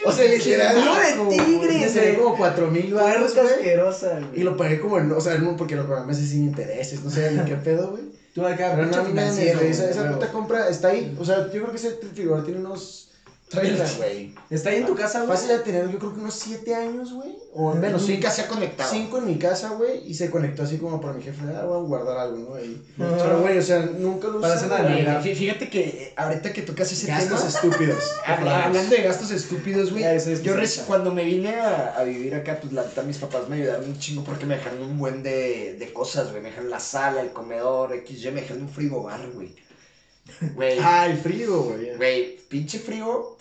S3: O sea, literal.
S1: ¡No de Tigres,
S3: Me salió
S1: güey!
S3: como 4 mil barros,
S4: Puerta
S3: güey.
S4: asquerosa,
S3: Y
S4: güey.
S3: lo pagué como en, o sea, no, porque lo programé así sin intereses, no sé ni qué pedo, güey.
S1: Tú acá,
S3: Pero no,
S1: pinche
S3: no mames,
S1: financiero,
S3: güey,
S1: güey,
S3: esa, esa
S1: huevo.
S3: puta compra está ahí. O sea, yo creo que ese frigobar tiene unos 30, güey.
S1: Está ahí en tu casa, güey.
S3: Fácil de tener, yo creo que unos 7 años, güey. O
S2: Menos,
S3: en mi-
S2: nunca se ha conectado.
S3: Cinco en mi casa, güey, y se conectó así como para mi jefe, ah, voy a guardar algo, ¿no? Ahí. Pero, güey, o sea, nunca lo
S1: Para
S3: usé,
S1: cena de
S3: güey.
S1: Navidad.
S2: Fí- Fíjate que eh, ahorita que tocas ese
S3: Gastos
S2: tema,
S3: estúpidos.
S2: habla- hablando de gastos estúpidos, güey,
S1: Ya, eso Ah, es
S2: yo
S1: que
S2: reci-
S1: sí.
S2: cuando me vine a, a vivir acá, pues la neta mis papás me ayudaron un chingo porque me dejaron un buen de, de cosas, güey, me dejaron la sala, el comedor, XY, me dejaron un frigobar, güey. Güey,
S3: Ah, el frío, güey.
S2: güey, pinche frío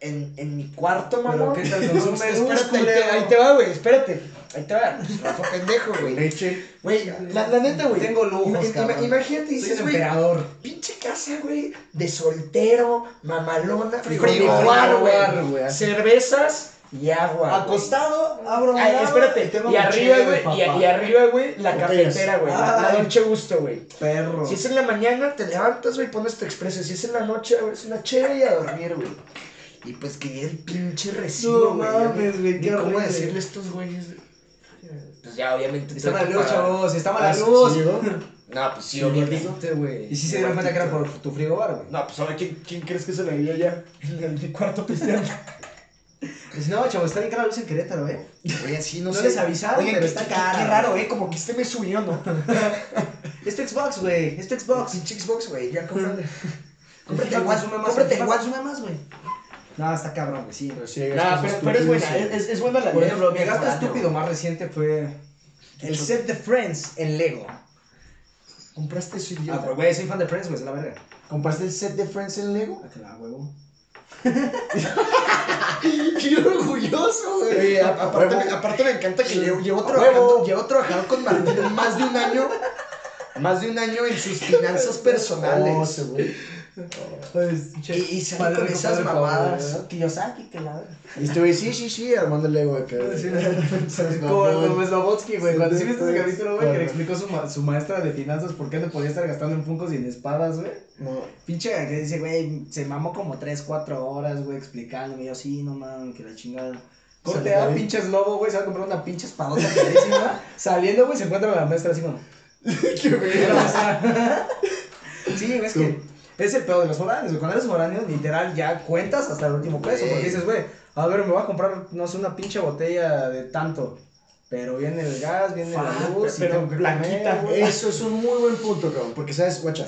S2: en, en mi cuarto,
S1: Pero
S2: mamón.
S1: qué tal
S2: No,
S1: consumes,
S2: espérate, ahí te, ahí te va, güey, espérate, ahí te va, pues, Rafa pendejo, güey.
S3: Leche.
S2: Güey, la, la neta, güey.
S1: Tengo lujos,
S2: Ima-
S1: cabrón.
S2: Imagínate,
S1: Soy
S2: dices,
S1: el
S2: güey,
S1: emperador.
S2: Pinche casa, güey, de soltero, mamalona,
S1: Frigobar,
S2: frigobar,
S1: frigobar, güey,
S2: güey.
S1: así.
S2: Cervezas y agua. güey.
S1: Acostado, abro un
S2: Ay,
S1: lado, y
S2: espérate.
S1: tengo
S2: Y
S1: mi
S2: arriba,
S1: cheve,
S2: güey,
S1: papá.
S2: y, y arriba, güey, la
S3: Botellas.
S2: cafetera, güey. La, la
S1: Ay.
S2: Dolce Gusto, güey.
S1: Perro.
S2: Si es en la mañana, te levantas, güey, pones tu expreso. Si es en la noche, güey, es una chévere y a dormir, güey. Y pues que el pinche recibo,
S1: No
S2: güey.
S1: mames,
S2: ya,
S1: güey, qué
S2: ni ¿Cómo
S1: horrible.
S2: decirle a estos güeyes? güey. Pues ya, obviamente.
S1: Está
S2: tengo
S1: mala
S2: que
S1: luz,
S2: pagar.
S1: chavos, está mala
S2: Ah, sí,
S1: luz.
S2: No, pues sí, obviamente, güey.
S1: Y si se dieron cuenta que era por tu frigobar, güey.
S2: No, pues ahora, ¿quién, quién crees que se la dio ya? En mi cuarto pisteando.
S1: Dice, no, chavo, está bien cara la luz en Querétaro, eh.
S2: Oye, así
S1: No les avisaron, pero
S2: qué-
S1: está
S2: qué-
S1: cara,
S2: Qué
S1: güey.
S2: raro, ¿eh? Como que este me subió, ¿no?
S1: Este Xbox, güey, este
S2: Xbox,
S1: Xbox.
S2: pinche Xbox, güey. Ya, cómprale. cómprate
S1: Ya
S2: el
S1: consume
S2: One,
S1: más,
S2: cómprate el
S1: consume
S2: One, sube más, güey.
S1: No, está cabrón, güey, sí.
S3: Pero sí, hay
S2: Nah,
S3: gastos
S2: Ah, pero, pero es
S3: estúpidos,
S2: buena,
S3: güey.
S2: es, es buena la
S1: Por
S2: idea.
S1: ejemplo, mi gasto
S2: Mejorando.
S1: estúpido más reciente fue el set de Friends en Lego.
S2: Compraste su
S1: Ah,
S2: idiota.
S1: pero güey, soy fan de Friends, güey, es la verga.
S3: ¿Compraste el set de Friends en Lego?
S1: Ah, que la huevo.
S3: ¡Qué orgulloso, güey!
S2: Oye, a- aparte,
S3: Huevo.
S2: me, aparte me encanta que llevo, llevo
S3: A
S2: trabajando,
S3: huevo.
S2: llevo trabajando con Martín más de un año, más de un año en sus finanzas personales.
S3: Oh, ese güey.
S2: y, y sale con Pues, esas mamadas. Kiyosaki, que la
S3: Y este güey, sí, sí, sí, armando el Lego acá. güey.
S1: Como como Slobotsky, güey. Cuando sí viste ese
S3: Friends,
S1: capítulo, güey, que le
S3: claro.
S1: explicó su, ma- su maestra de finanzas por qué no podía estar gastando en funcos y en espadas, güey.
S3: No,
S1: Pinche que dice, güey, se mamó como 3, 4 horas, güey, explicándome. Yo, sí, no mames, que la chingada. Corte a
S3: Sale, güey.
S1: pinches lobo, güey, se va a comprar una pinche espadota carísima. Saliendo, güey, se encuentra la maestra así, como.
S3: ¡Qué verga!
S1: Sí, güey, es que es el pedo de los foráneos, güey. Cuando eres foráneo, literal, ya cuentas hasta el último peso.
S2: Güey.
S1: Porque dices, güey, a ver, me voy a comprar, no sé, una pinche botella de tanto. Pero viene el gas, viene la luz, y
S2: pero
S1: tengo que comer, Eh,
S2: blanquita,
S1: güey.
S3: Eso es un muy buen punto, cabrón. Porque, ¿sabes? Guacha.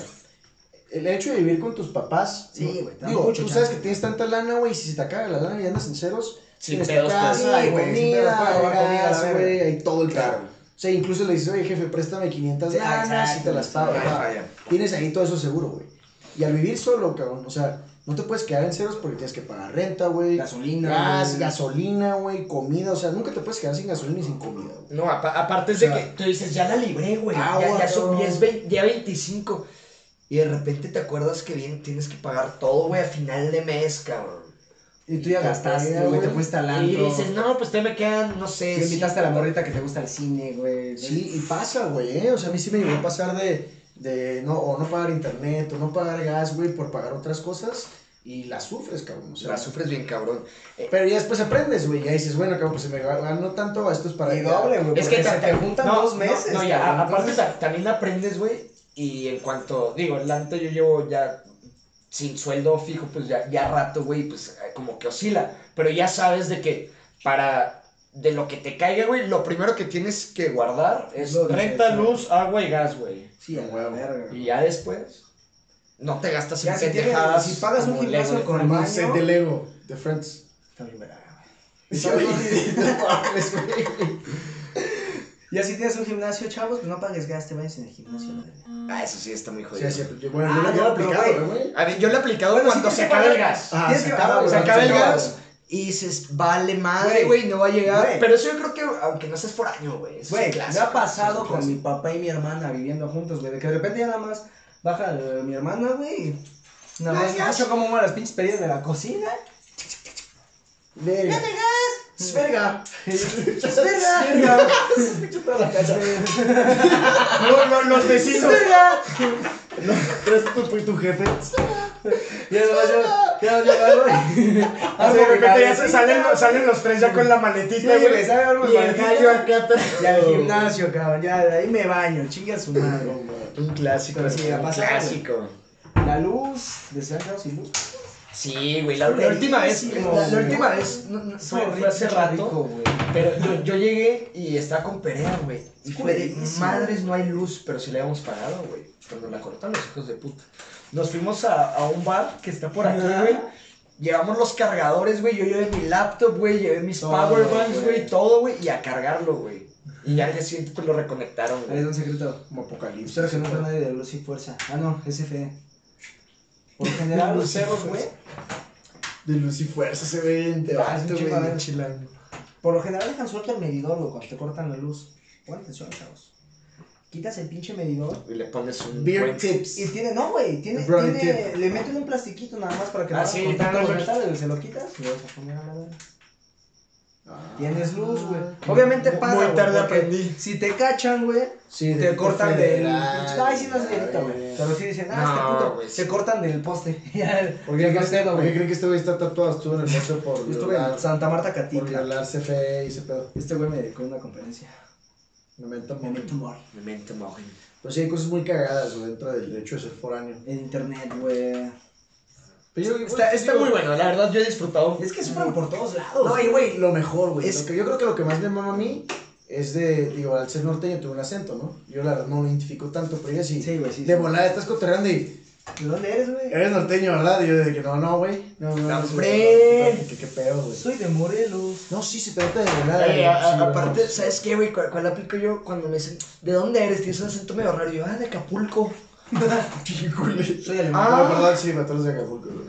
S3: El hecho de vivir con tus papás.
S1: Sí,
S3: no-
S1: güey, te da
S3: Digo,
S1: mucho
S3: tú
S1: chance,
S3: sabes que
S1: güey.
S3: tienes tanta lana, güey. Y si se te acaba la lana y andas en ceros.
S2: Sin
S3: tienes tu
S2: pedos,
S3: casa,
S1: sí,
S3: hay
S1: güey, sin pedos, puedes robar pues.
S3: comida, hay
S1: comida, la
S3: gas,
S1: verga.
S3: güey. Hay todo el
S2: Claro.
S3: claro. O sea, incluso le dices, oye, jefe, préstame 500
S1: Sí,
S3: lanas y
S1: exacto,
S3: te las pago.
S1: sí,
S3: ajá.
S2: vaya.
S3: Tienes ahí todo eso seguro, güey. Y al vivir solo, cabrón. O sea, no te puedes quedar en ceros porque tienes que pagar renta, güey.
S1: Gasolina,
S3: gas,
S1: güey.
S3: gasolina, güey. Comida. O sea, nunca te puedes quedar sin gasolina y sin comida, güey.
S2: No, apa- aparte es de
S3: O sea,
S2: que tú dices, ya la libré, güey. Ya,
S3: agua,
S2: ya son
S3: cabrón.
S2: 10, 20, ya 25. Y de repente te acuerdas que bien tienes que pagar todo, güey, a final de mes, cabrón.
S1: Y tú ya
S3: Te
S1: gastaste,
S3: pega,
S1: güey, te
S3: güey.
S1: fuiste al
S2: Y
S1: antro.
S2: dices, no, pues te me quedan, no sé.
S1: Te invitaste a la
S2: cinco".
S1: morrita que te gusta el cine, güey.
S3: Sí, y pasa, güey. ¿eh? O sea, a mí sí me llegó a pasar de, de no, o no pagar internet, o no pagar gas, güey, por pagar otras cosas. Y la sufres, cabrón. O sea,
S2: La sufres bien, cabrón.
S3: Pero ya después aprendes, güey. Ya dices, bueno, cabrón, pues se me ganó tanto, esto es para
S1: Y doble, güey.
S2: Es que
S1: porque
S2: ta-
S1: se
S2: ta-
S1: te juntan
S2: no,
S1: dos
S2: no,
S1: meses.
S2: No, ya,
S1: cabrón,
S2: a- aparte
S1: entonces-
S2: ta- también aprendes, güey. Y en cuanto, digo, el anto yo llevo ya sin sueldo fijo, pues ya, ya rato, güey, pues eh, como que oscila. Pero ya sabes de que para de lo que te caiga, güey, lo primero que tienes que guardar es
S1: Lo de-
S2: renta, luz, agua y gas, güey.
S1: Sí, a la
S3: Huevo.
S1: verga.
S2: Y ya después no te gastas
S1: Ya,
S2: en
S1: si tienes-
S2: pendejadas.
S1: si pagas un
S2: como
S1: gimnasio
S2: Lego de
S1: con
S2: Fortnite.
S1: baño,
S3: set de Lego, de Friends.
S1: Está bien, verga, güey.
S3: Sí, güey, no mames, güey.
S1: Y así tienes un gimnasio, chavos, pues no pagues gas, te vayas en el gimnasio. la verga.
S2: Ah, eso sí está muy
S3: Sí,
S2: jodido.
S3: es cierto. Yo, bueno, yo
S1: Ah,
S3: lo he
S1: no,
S3: aplicado,
S1: pero,
S3: güey.
S2: A ver, yo lo he aplicado
S1: Bueno,
S2: cuando
S1: sí,
S2: se
S1: sí,
S2: acaba
S1: güey.
S2: el gas.
S3: Ah,
S1: Tienes
S3: se
S1: que-
S3: acaba, güey.
S2: se acaba el
S3: acaba,
S2: gas y se vale madre,
S1: Güey.
S2: güey, no va a llegar.
S1: Güey.
S2: Pero eso yo creo que, aunque no seas foraño, güey. eso
S1: Güey,
S2: es un
S1: me
S2: clásico,
S1: ha pasado
S2: eso es un
S1: con mi
S2: clásico.
S1: papá y mi hermana viviendo juntos, güey. De que de repente ya nada más baja eh, mi hermana, güey. y Nada más escucho cómo mueven las pinches perillas de la cocina.
S3: Verga.
S2: Es verga.
S1: ¡Es verga!
S2: Los vecinos.
S3: Pero es tu, tu jefe.
S1: Y eso más yo, ya no llego, güey.
S2: Así de repente ya se
S1: Sí,
S2: salen, salen los tres ya con la
S1: Sí,
S2: maletita,
S1: güey,
S2: güey.
S1: sabe algo
S2: Y el gallo acá atrás.
S1: Y al gimnasio, cabrón, ya de ahí me baño, chinga su madre.
S2: Un clásico,
S1: Pero sí,
S2: güey,
S1: ha
S2: un
S1: pasado,
S2: clásico.
S1: La luz, ¿de se han quedado sin luz?
S2: Sí, güey, la, la última vez, la, la última vez, no, no, fue, fue hace rato,
S1: güey.
S2: pero yo, yo llegué y estaba con Perea, güey, y fue de,
S1: Buenísimo.
S2: madres no hay luz, pero si la habíamos pagado, güey, cuando la cortaron los hijos de puta. Nos fuimos a, a un bar que está por aquí, güey, llevamos los cargadores, güey, yo llevé mi laptop, güey, llevé mis
S1: Todo,
S2: power banks,
S1: güey.
S2: güey, todo, güey, y a cargarlo, güey, y ya al día siguiente pues lo reconectaron,
S1: Ahí es
S2: güey.
S1: un secreto.
S3: Como apocalipsis.
S1: Espero que no fue nadie de luz y fuerza. Ah, no, SFE. Por lo general, los cerros, güey.
S3: De luz y fuerza se ve en te
S1: Ah, es un
S3: vato,
S1: chingo,
S3: güey.
S1: a ver.
S3: en chilango.
S1: Por lo general dejan suelto el medidor, güey, cuando te cortan la luz. Pon atención, chavos. Quitas el pinche medidor.
S2: Y le pones un...
S3: Beer
S2: buen-
S3: tips.
S1: Y tiene, no, güey, tiene,
S3: Bro,
S1: tiene,
S3: tip.
S1: le meten un plastiquito nada más para que
S2: Ah,
S1: no hagas
S2: sí,
S1: contacto
S2: nada
S1: con
S2: más.
S1: metales, güey, se lo quitas y lo vas a poner a la verga.
S3: Ah.
S1: Tienes luz, güey. Obviamente pasa,
S2: muy
S1: güey,
S2: tarde
S1: porque
S2: aprendí.
S1: Si te cachan, güey,
S3: Sí,
S1: te cortan del.
S3: federal,
S1: Ay, sí, no es
S3: la
S1: delito,
S3: verga.
S1: güey. Pero sí dicen, ah,
S2: No,
S1: este puto.
S2: güey, sí.
S1: Te cortan del poste.
S3: ¿Por qué,
S1: Ya
S3: crees,
S1: pedo,
S3: por qué creen que este güey está tatuado? Estuvo en el metro por
S1: Yo estuve en
S3: violar-
S1: Santa Marta
S3: por
S1: Catitla.
S3: violar CFE E y ese pedo.
S1: Este güey me dedicó una conferencia.
S3: Momento,
S1: Momento
S3: momento.
S1: humor.
S2: Memento mori.
S3: Pero sí hay cosas muy cagadas, güey, dentro del hecho de ser foráneo.
S1: En internet, güey.
S3: Pero yo-
S2: Está,
S3: yo
S2: está
S3: digo,
S2: muy bueno, la verdad yo he disfrutado.
S1: Es que sufren por todos lados.
S3: No, y güey, lo mejor, güey.
S2: Es-
S3: Lo que- Yo creo que lo que más me mama a mí es de, digo, al ser norteño tuve un acento, ¿no? Yo la verdad no lo identifico tanto, pero yo sí.
S1: Sí, güey, sí.
S3: de Eh.
S1: sí.
S3: volada estás cotorreando y
S1: ¿De dónde eres, güey?
S3: eres norteño, ¿verdad? Y yo de que no, no, güey. No, no, no.
S2: ¡Hombre!
S3: no, ¿Qué, qué pedo, güey?
S1: Soy de Morelos.
S3: No, sí, se trata de volada.
S2: Oye,
S3: güey,
S2: a- a-
S3: sí, güey.
S2: aparte, ¿sabes qué, güey? ¿Cuál, cuál aplico yo cuando me dicen, ¿de dónde eres? Tienes un acento medio raro. Y Yo, ah, de Acapulco.
S1: Soy
S3: Ah,
S1: alemán.
S3: perdón, sí, para todos de Acapulco, güey.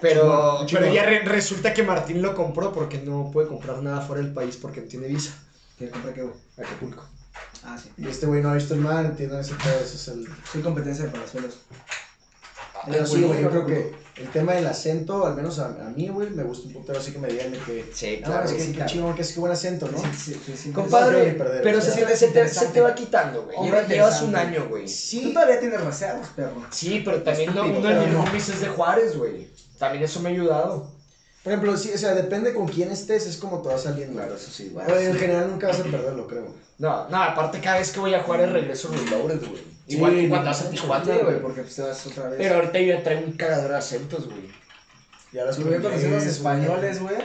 S2: Pero, pero
S3: Chingón, chingón.
S2: ya re- resulta que Martín lo compró porque no puede comprar nada fuera del país porque no tiene visa.
S1: ¿Qué compra qué, güey?
S2: Acapulco.
S1: Ah, sí.
S3: Y este güey no ha visto el mar, entiendo ese pedo, ese es el...
S1: Soy competencia de palazuelos.
S3: Pero sí, güey, yo creo que el tema del acento, al menos a, a mí, güey, me gusta un putero así que me digan de que...
S2: Sí,
S3: Ah, es que qué chingón, que es que buen acento, ¿no?
S1: Sí, sí, sí.
S3: Eso no
S2: Compadre,
S3: quiero ni perder,
S2: pero
S3: o
S2: se,
S3: sea,
S2: se- se te, se
S1: interesante.
S2: te va quitando, güey.
S1: Hombre
S2: Llevas, llevas un
S1: interesante.
S2: año, güey.
S1: Tú
S3: Sí,
S1: todavía tienes raseados, perro.
S2: Sí, pero también no,
S3: Estúpido,
S2: uno de
S3: pero
S2: mis
S3: no.
S2: roomies es de Juárez, güey. También eso me ha ayudado.
S3: por ejemplo, sí, o sea, depende con quién estés, es como te va saliendo.
S2: eso sí,
S3: Bueno, en general nunca vas a perderlo, creo.
S2: No, no, aparte cada vez que voy a Juárez regreso los logros, güey.
S3: Sí,
S2: Igual que
S3: no,
S2: cuando vas a Tijuana,
S1: Sí, güey,
S2: güey.
S1: porque pues te vas otra vez.
S2: Pero ahorita yo ya traigo un cagador de acentos, güey.
S3: Ya las
S1: Yo conocí unos
S3: conocemos
S1: españoles, güey,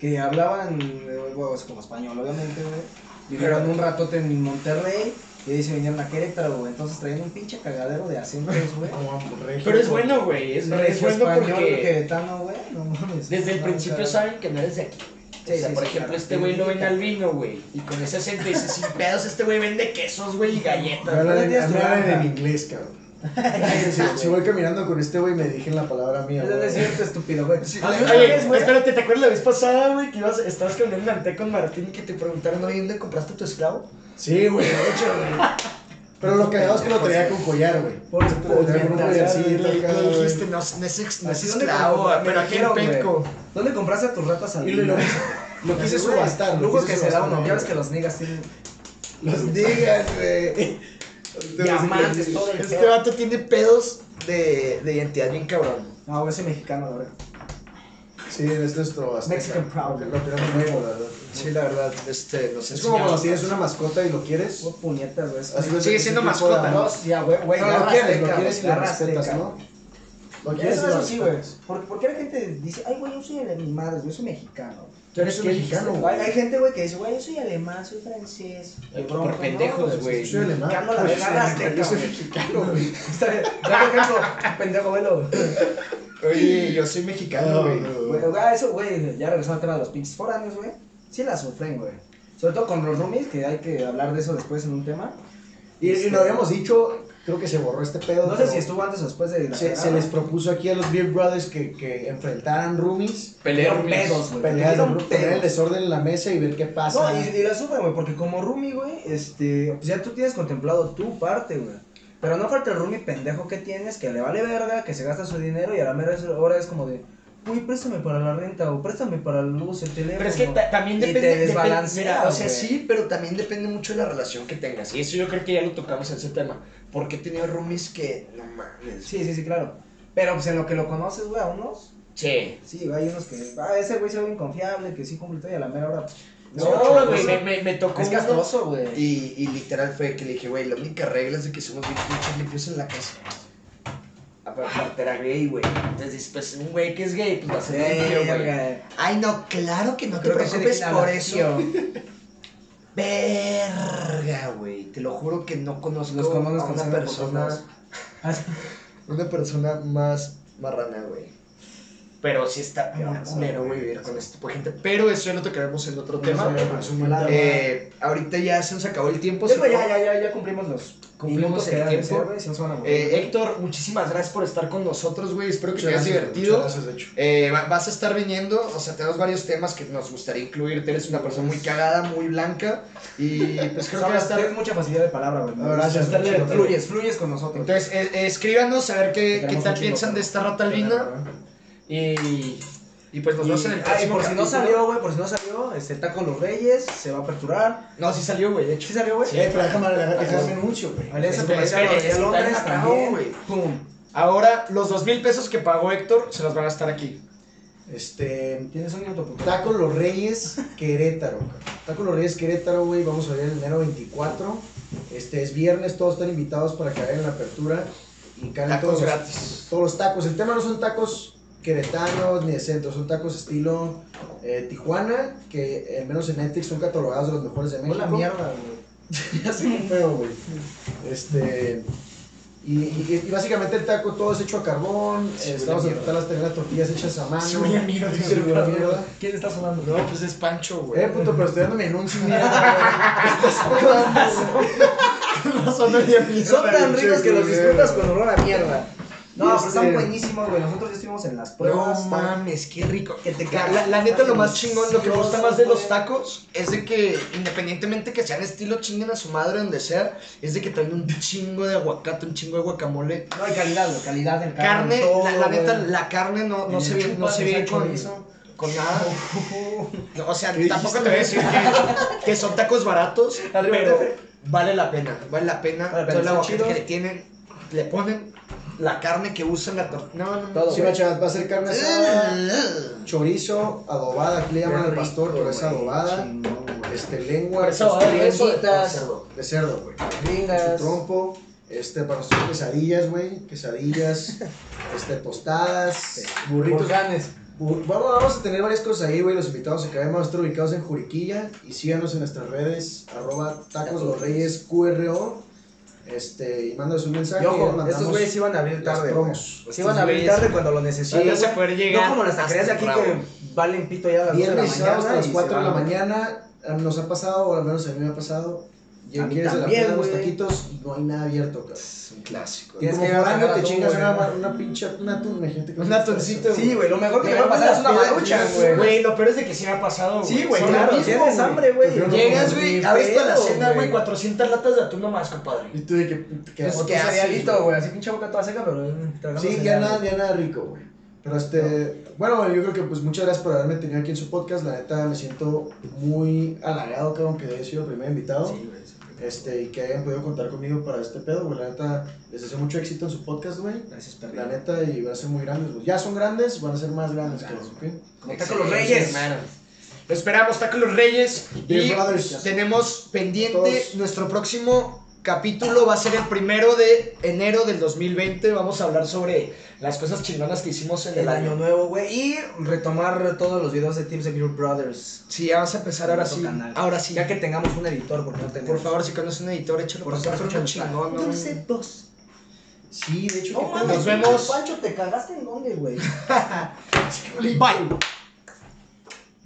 S1: que hablaban, eh, güey, es como español, obviamente, güey. Vivieron un ratote en Monterrey y ahí se vinieron a Querétaro, güey. Entonces traían un pinche cagadero de acentos, güey.
S2: Pero es bueno, güey. Es, es
S1: Regio
S2: bueno
S1: español,
S2: porque
S1: queretano, güey. No mames.
S2: desde el
S1: No,
S2: principio
S1: claro.
S2: saben que no eres de aquí, güey.
S1: Sí,
S2: o sea,
S1: sí,
S2: por
S1: sí,
S2: ejemplo,
S1: claro.
S2: este güey lo ven
S1: Indica.
S2: al vino, güey. Y con ese acento dice, sin pedos, este güey vende quesos, güey, y
S3: Me
S2: galletas.
S3: hablan
S1: tienes
S3: en,
S1: tu
S3: me hablan
S1: banda.
S3: en inglés, cabrón. si, si voy caminando con este güey, me dirigen la palabra mía.
S1: Eso no
S3: güey.
S1: es cierto, estúpido, güey. Alguna
S2: Oye,
S1: vez, güey,
S2: espérate, ¿te acuerdas la vez pasada, güey, que ibas, estabas caminando en Ante con Martín y que te preguntaron, oye, ¿dónde compraste tu esclavo?
S3: Sí, güey, de hecho, güey. Pero lo cagado es que lo traía con collar, güey.
S1: Por
S3: Lo traía con un
S1: putas,
S2: Y
S3: collarcito,
S2: le,
S3: acá,
S2: le
S3: güey.
S2: dijiste, no, no es, ex- no es
S1: Así, ¿dónde
S2: esclavo,
S1: compraste?
S2: pero
S1: Me
S2: aquí en
S1: dijeron,
S2: Petco.
S1: güey. ¿Dónde compraste a tus ratas al
S3: Y lo, lo, lo quise
S1: Dices, güey,
S3: subastar. lo
S1: Lujos
S3: quise
S1: que se da
S3: subastar,
S1: uno. Ya ves que
S3: güey.
S1: los niggas tienen.
S3: Los digas, güey.
S2: Diamantes, todo el Este vato tiene pedos de, de identidad bien cabrón.
S1: No, güey, soy mexicano, la verdad.
S3: Sí, es nuestro azteca.
S1: Mexican proud.
S3: Lo tenemos nuevo, la verdad.
S2: Sí, la verdad, este, nos
S3: Es como cuando
S2: enseñaron.
S3: tienes una mascota y lo quieres.
S1: Oh, puñetas, güey.
S3: Haz cuenta
S2: Sigue
S3: que
S2: siendo
S3: ese tipo de
S2: mascota,
S3: amor-
S1: Dos, ya, güey, güey.
S3: No,
S1: la
S3: lo
S1: raza
S3: quieres, lo
S1: seca,
S3: quieres y
S1: la
S3: lo
S1: raza
S3: respetas,
S1: seca.
S3: ¿no? Lo quieres
S1: Eso
S3: y lo
S1: eso sí, güey.
S3: respetas.
S1: Porque, porque la gente dice, ay, güey, yo soy de mis madres, yo soy mexicano.
S3: Tú eres un
S1: ¿Qué
S3: mexicano,
S1: dices?
S3: güey.
S1: Hay, hay gente, güey, que dice, güey, yo soy alemán, soy francés.
S2: Ay,
S1: Y
S2: por pendejos,
S1: no,
S2: güey.
S3: Soy alemán.
S1: Mexicano, la
S3: Pues,
S1: verga, la
S3: sí,
S1: azteca,
S3: Yo soy
S1: güey.
S3: mexicano, güey.
S1: Está bien. Yo, por ejemplo, pendejo, velo.
S2: Oye, yo soy mexicano, güey.
S1: Güey, güey, eso, güey, ya regresando al tema de los pinches foráneos, güey. Sí la sufren, güey. sobre todo con los roomies, que hay que hablar de eso después en un tema. Y, y lo habíamos dicho,
S3: dicho, creo que se borró este pedo.
S1: no sé
S3: pero
S1: si estuvo antes o después de la
S3: Se, se
S1: pegada.
S3: les propuso aquí a los Beer Brothers que, que enfrentaran roomies,
S8: Pelea
S1: Fueron
S8: roomies.
S1: pedos, güey.
S3: pelear
S1: Fueron
S3: el, poner el
S1: pedos.
S3: desorden en la mesa y ver qué pasa.
S1: No, y, y la sufren, güey, porque como Rumi, güey, este, pues ya tú tienes contemplado tu parte, güey. Pero no falta el Rumi pendejo que tienes, que le vale verga, que se gasta su dinero y a la mera hora es como de, uy, préstame para la renta o préstame para la luz, el teléfono.
S9: Pero es que ta- también
S1: Y
S9: depende.
S1: te
S9: depende-
S1: desbalancea,
S9: mira, o sea,
S1: güey.
S9: sí.
S1: Sí, pero también depende mucho de la relación que tengas. y
S9: Eso yo creo que ya lo tocamos en ese tema. Porque he tenido roomies que. No mames.
S1: Sí, sí, sí, claro. Pero pues en lo que lo conoces, güey, a unos,
S9: Che.
S1: sí, hay unos que, ah, ese güey se ve inconfiable, que sí cumple todo y a la mera hora. pues,
S9: No, güey,
S1: castroso.
S9: me, me, me tocó.
S1: Es
S9: uno-
S1: castroso, güey.
S2: Y, y literal fue que le dije, güey, la única regla es de que somos bien pinches limpios en la casa.
S9: Aparte era gay, güey. Entonces, dices, pues un güey que es gay, pues va a ser limpio, güey.
S1: Verga.
S2: Ay, no, claro que no
S1: Creo
S2: te
S1: que sé de
S2: preocupes
S1: quién
S2: por
S1: hablas,
S2: eso.
S1: tío.
S2: Verga, güey. Te lo juro que no conozco
S1: Los comandos
S2: a una
S1: conocen a pocos
S2: persona.
S1: más.
S2: Una persona más marrana, güey.
S9: Pero sí está
S1: Ya,
S9: muy
S1: eso,
S9: culero,
S2: Voy a
S9: güey.
S2: vivir con este tipo de gente. Pero eso ya lo tocaremos en otro tema.
S3: la-
S2: Eh, ahorita ya se nos acabó el tiempo. se
S1: Pues,
S2: acabó-
S1: ya, ya, ya cumplimos los
S2: Cumplimos
S1: minutos que
S2: el
S1: eran de
S2: tiempo.
S1: ser, güey, si no se van a morir.
S2: Eh, Héctor, muchísimas gracias por estar con nosotros, güey. Espero que
S3: Muchas
S2: te hayas
S3: gracias,
S2: divertido.
S3: muchas gracias, de hecho.
S2: Eh, va- vas a estar viniendo, o sea, tenemos varios temas que nos gustaría incluirte. Eres una persona muy cagada, muy blanca. Y pues creo que va a
S1: Sabes,
S2: estar.
S1: tienes mucha facilidad de palabra, güey.
S3: No, gracias,
S1: Estar-
S3: mucho, mucho.
S1: fluyes, fluyes con nosotros.
S2: Entonces, eh, eh, escríbanos a
S1: Te
S2: ver qué, qué
S1: queremos
S2: tal
S1: un chingo,
S2: piensan de esta rata albina. Y, y pues nos
S1: Y-
S2: vemos en el
S1: ah, y
S2: próximo.
S1: por si no
S2: capítulo.
S1: salió, güey, por si no salió, este está con los Reyes, se va a aperturar.
S2: No, sí salió, güey, de hecho.
S1: ¿Sí salió, güey?
S3: Eh, pero déjame dejarme anuncio, güey.
S1: Alianza
S2: Espera,
S1: Comercial
S2: espera,
S1: de
S2: espera,
S1: Londres
S2: espera,
S1: también.
S2: güey.
S1: Pum.
S2: Ahora, los dos mil pesos que pagó Héctor se los van a estar aquí.
S3: Este,
S1: Tienes un minuto, puto.
S3: Taco Los Reyes Querétaro. cabrón. Taco Los Reyes Querétaro, güey. Vamos a ver el enero 24. Este es viernes, todos están invitados para que hagan la apertura. Y caen
S2: Tacos
S3: todos, los-
S2: gratis.
S3: todos los tacos. El tema no son tacos queretanos ni de centro, son tacos estilo eh, Tijuana, que al menos en Netflix son catalogados de los mejores de México.
S1: Hola, mierda, güey.
S3: Ya sé muy feo, güey. Este. Y, y- y básicamente el taco todo es hecho a carbón. eh, estamos a tratar las tener las tortillas hechas a mano.
S2: Sí, huele a mierda,
S3: Sí,
S2: güey.
S3: huele a mierda.
S1: ¿Quién está sonando?
S2: No, pues es Pancho, güey.
S3: Eh, puto, pero estoy dando mi anuncio. Mierda, güey. Estás jugando, güey.
S2: Son de mierda,
S1: pues, Son tan
S2: pinche
S1: ricos que los
S2: culero.
S1: disfrutas con olor a mierda. No, pero
S3: Este-
S1: están buenísimos, güey. Nosotros ya estuvimos en las
S2: No
S1: pruebas. están-
S2: mames, qué rico.
S1: Que te
S2: La, la- la neta, lo más chingón, lo que me gusta más de los tacos es de que, independientemente que sean estilo chinguen a su madre, donde sea, es de que traen un chingo de aguacate, un chingo de guacamole.
S1: No hay calidad, güey. Calidad en
S2: Carne,
S1: todo,
S2: la, la neta,
S1: güey.
S2: la carne no, no
S1: Y
S2: se
S1: le
S2: ve, no
S1: chupas
S2: se
S1: ese
S2: ve con,
S1: chorizo.
S2: con nada. No, o sea,
S3: ¿Qué
S2: tampoco
S3: dijiste?
S2: te voy a decir que, que son tacos baratos,
S1: Arriba,
S2: pero
S1: profe.
S2: vale la pena, vale la pena.
S1: Vale la pena,
S2: Todo el
S1: están
S2: aguacate
S1: chidos.
S2: que le tienen, le ponen, la carne que usan, la tortilla. No, no, no.
S3: Sí, va, chavas, va a ser carne
S1: Eh.
S3: asada, chorizo, adobada. Aquí le llaman al pastor, pero es adobada. Este, lengua,
S2: Eso,
S1: eh,
S3: costillas
S2: eso,
S3: de cerdo, güey.
S1: Gringas.
S3: su trompo, este, para sus quesadillas, güey, quesadillas, este, tostadas, burritos.
S1: Volcanes.
S3: Bu- vamos, vamos a tener varias cosas ahí, güey, los invitados a que vamos a estar ubicados en Juriquilla y síganos en nuestras redes, arroba tacos los reyes QRO, este, y mándanos un mensaje.
S1: Y ojo,
S3: mandamos
S1: estos güeyes iban a abrir
S3: las
S1: tarde. güey.
S3: promos.
S1: Sí iban a abrir
S2: güeyes-
S1: tarde cuando lo necesiten.
S2: Van a
S1: güey.
S2: poder llegar
S1: No como las
S2: hasta
S1: taquerías de aquí que
S2: temprano.
S1: valen pito ya a las 2 de la
S3: Viernes
S1: mañana.
S3: y sábados hasta las
S1: y
S3: 4 de
S1: se
S3: la
S1: van.
S3: mañana, eh, nos ha pasado, o al menos a mí me ha pasado,
S1: A
S3: ya
S1: mí
S3: quieres de la
S1: también,
S3: peda de los
S1: güey.
S3: taquitos, no hay nada abierto, cabrón.
S2: Es un clásico.
S3: Y
S1: Tienes
S3: como
S1: que ir a
S3: foráneo
S1: cenar
S3: te
S1: a
S3: chingas
S1: todo,
S3: una,
S1: güey.
S3: ma- una pinche un atún, imagínate que
S2: Un
S3: es esto,
S2: atoncito,
S3: eso.
S1: Sí, güey, lo mejor que me va a pasar es una marucha, güey.
S2: Güey, lo peor es de que sí me ha pasado, güey.
S1: Sí, güey,
S2: Son lo
S1: claro,
S2: mismo,
S1: tienes
S2: güey.
S1: hambre, güey.
S3: Yo no
S2: Llegas,
S3: como
S2: güey,
S1: Ni
S2: abres para la
S1: pedo,
S2: cena, güey, 400 latas de atún nomás, compadre.
S3: Y tú de que Pues, que-
S2: Es
S1: O tu
S2: ¿Qué haces,
S1: cerealito, güey, así pinche boca toda seca, pero... eh, tragando
S3: Sí, ya
S1: cereal,
S3: nada,
S1: güey.
S3: ya nada rico, güey. Pero este, bueno, yo creo que pues muchas gracias por haberme tenido aquí en su podcast. La neta me siento muy halagado, cabrón, que haya sido el primer invitado. Este, y que hayan podido contar conmigo para este pedo, güey. La neta, les deseo mucho éxito en su podcast, güey.
S1: Gracias,
S3: La
S1: perrito.
S3: neta, y van a ser muy grandes, güey. Ya son grandes, van a ser más grandes, cabrón, ¿ok?
S1: Contacto con los reyes.
S2: hermano. Lo esperamos, Taco Los Reyes.
S3: Beer
S2: y
S3: Brothers.
S2: tenemos pendiente
S3: Todos.
S2: nuestro próximo capítulo. Va a ser el primero de enero del 2020. Vamos a hablar sobre las cosas chingonas que hicimos en
S1: El año nuevo, güey. Y retomar todos los videos de Teams de Beer Brothers.
S2: Sí, ya vas a empezar ahora
S1: Nuestro
S2: sí.
S1: canal.
S2: Ahora sí.
S1: Ya que tengamos un editor, porque no tenemos.
S2: Por favor, si conoces un editor, échalo
S1: Por
S2: por
S1: favor,
S2: favor.
S1: échalo.
S2: chingón. ¿no?
S3: Sí, de hecho,
S1: No
S3: que-
S1: mames,
S2: Nos vemos.
S1: Pancho, ¿te cagaste en dónde, güey?
S2: Bye.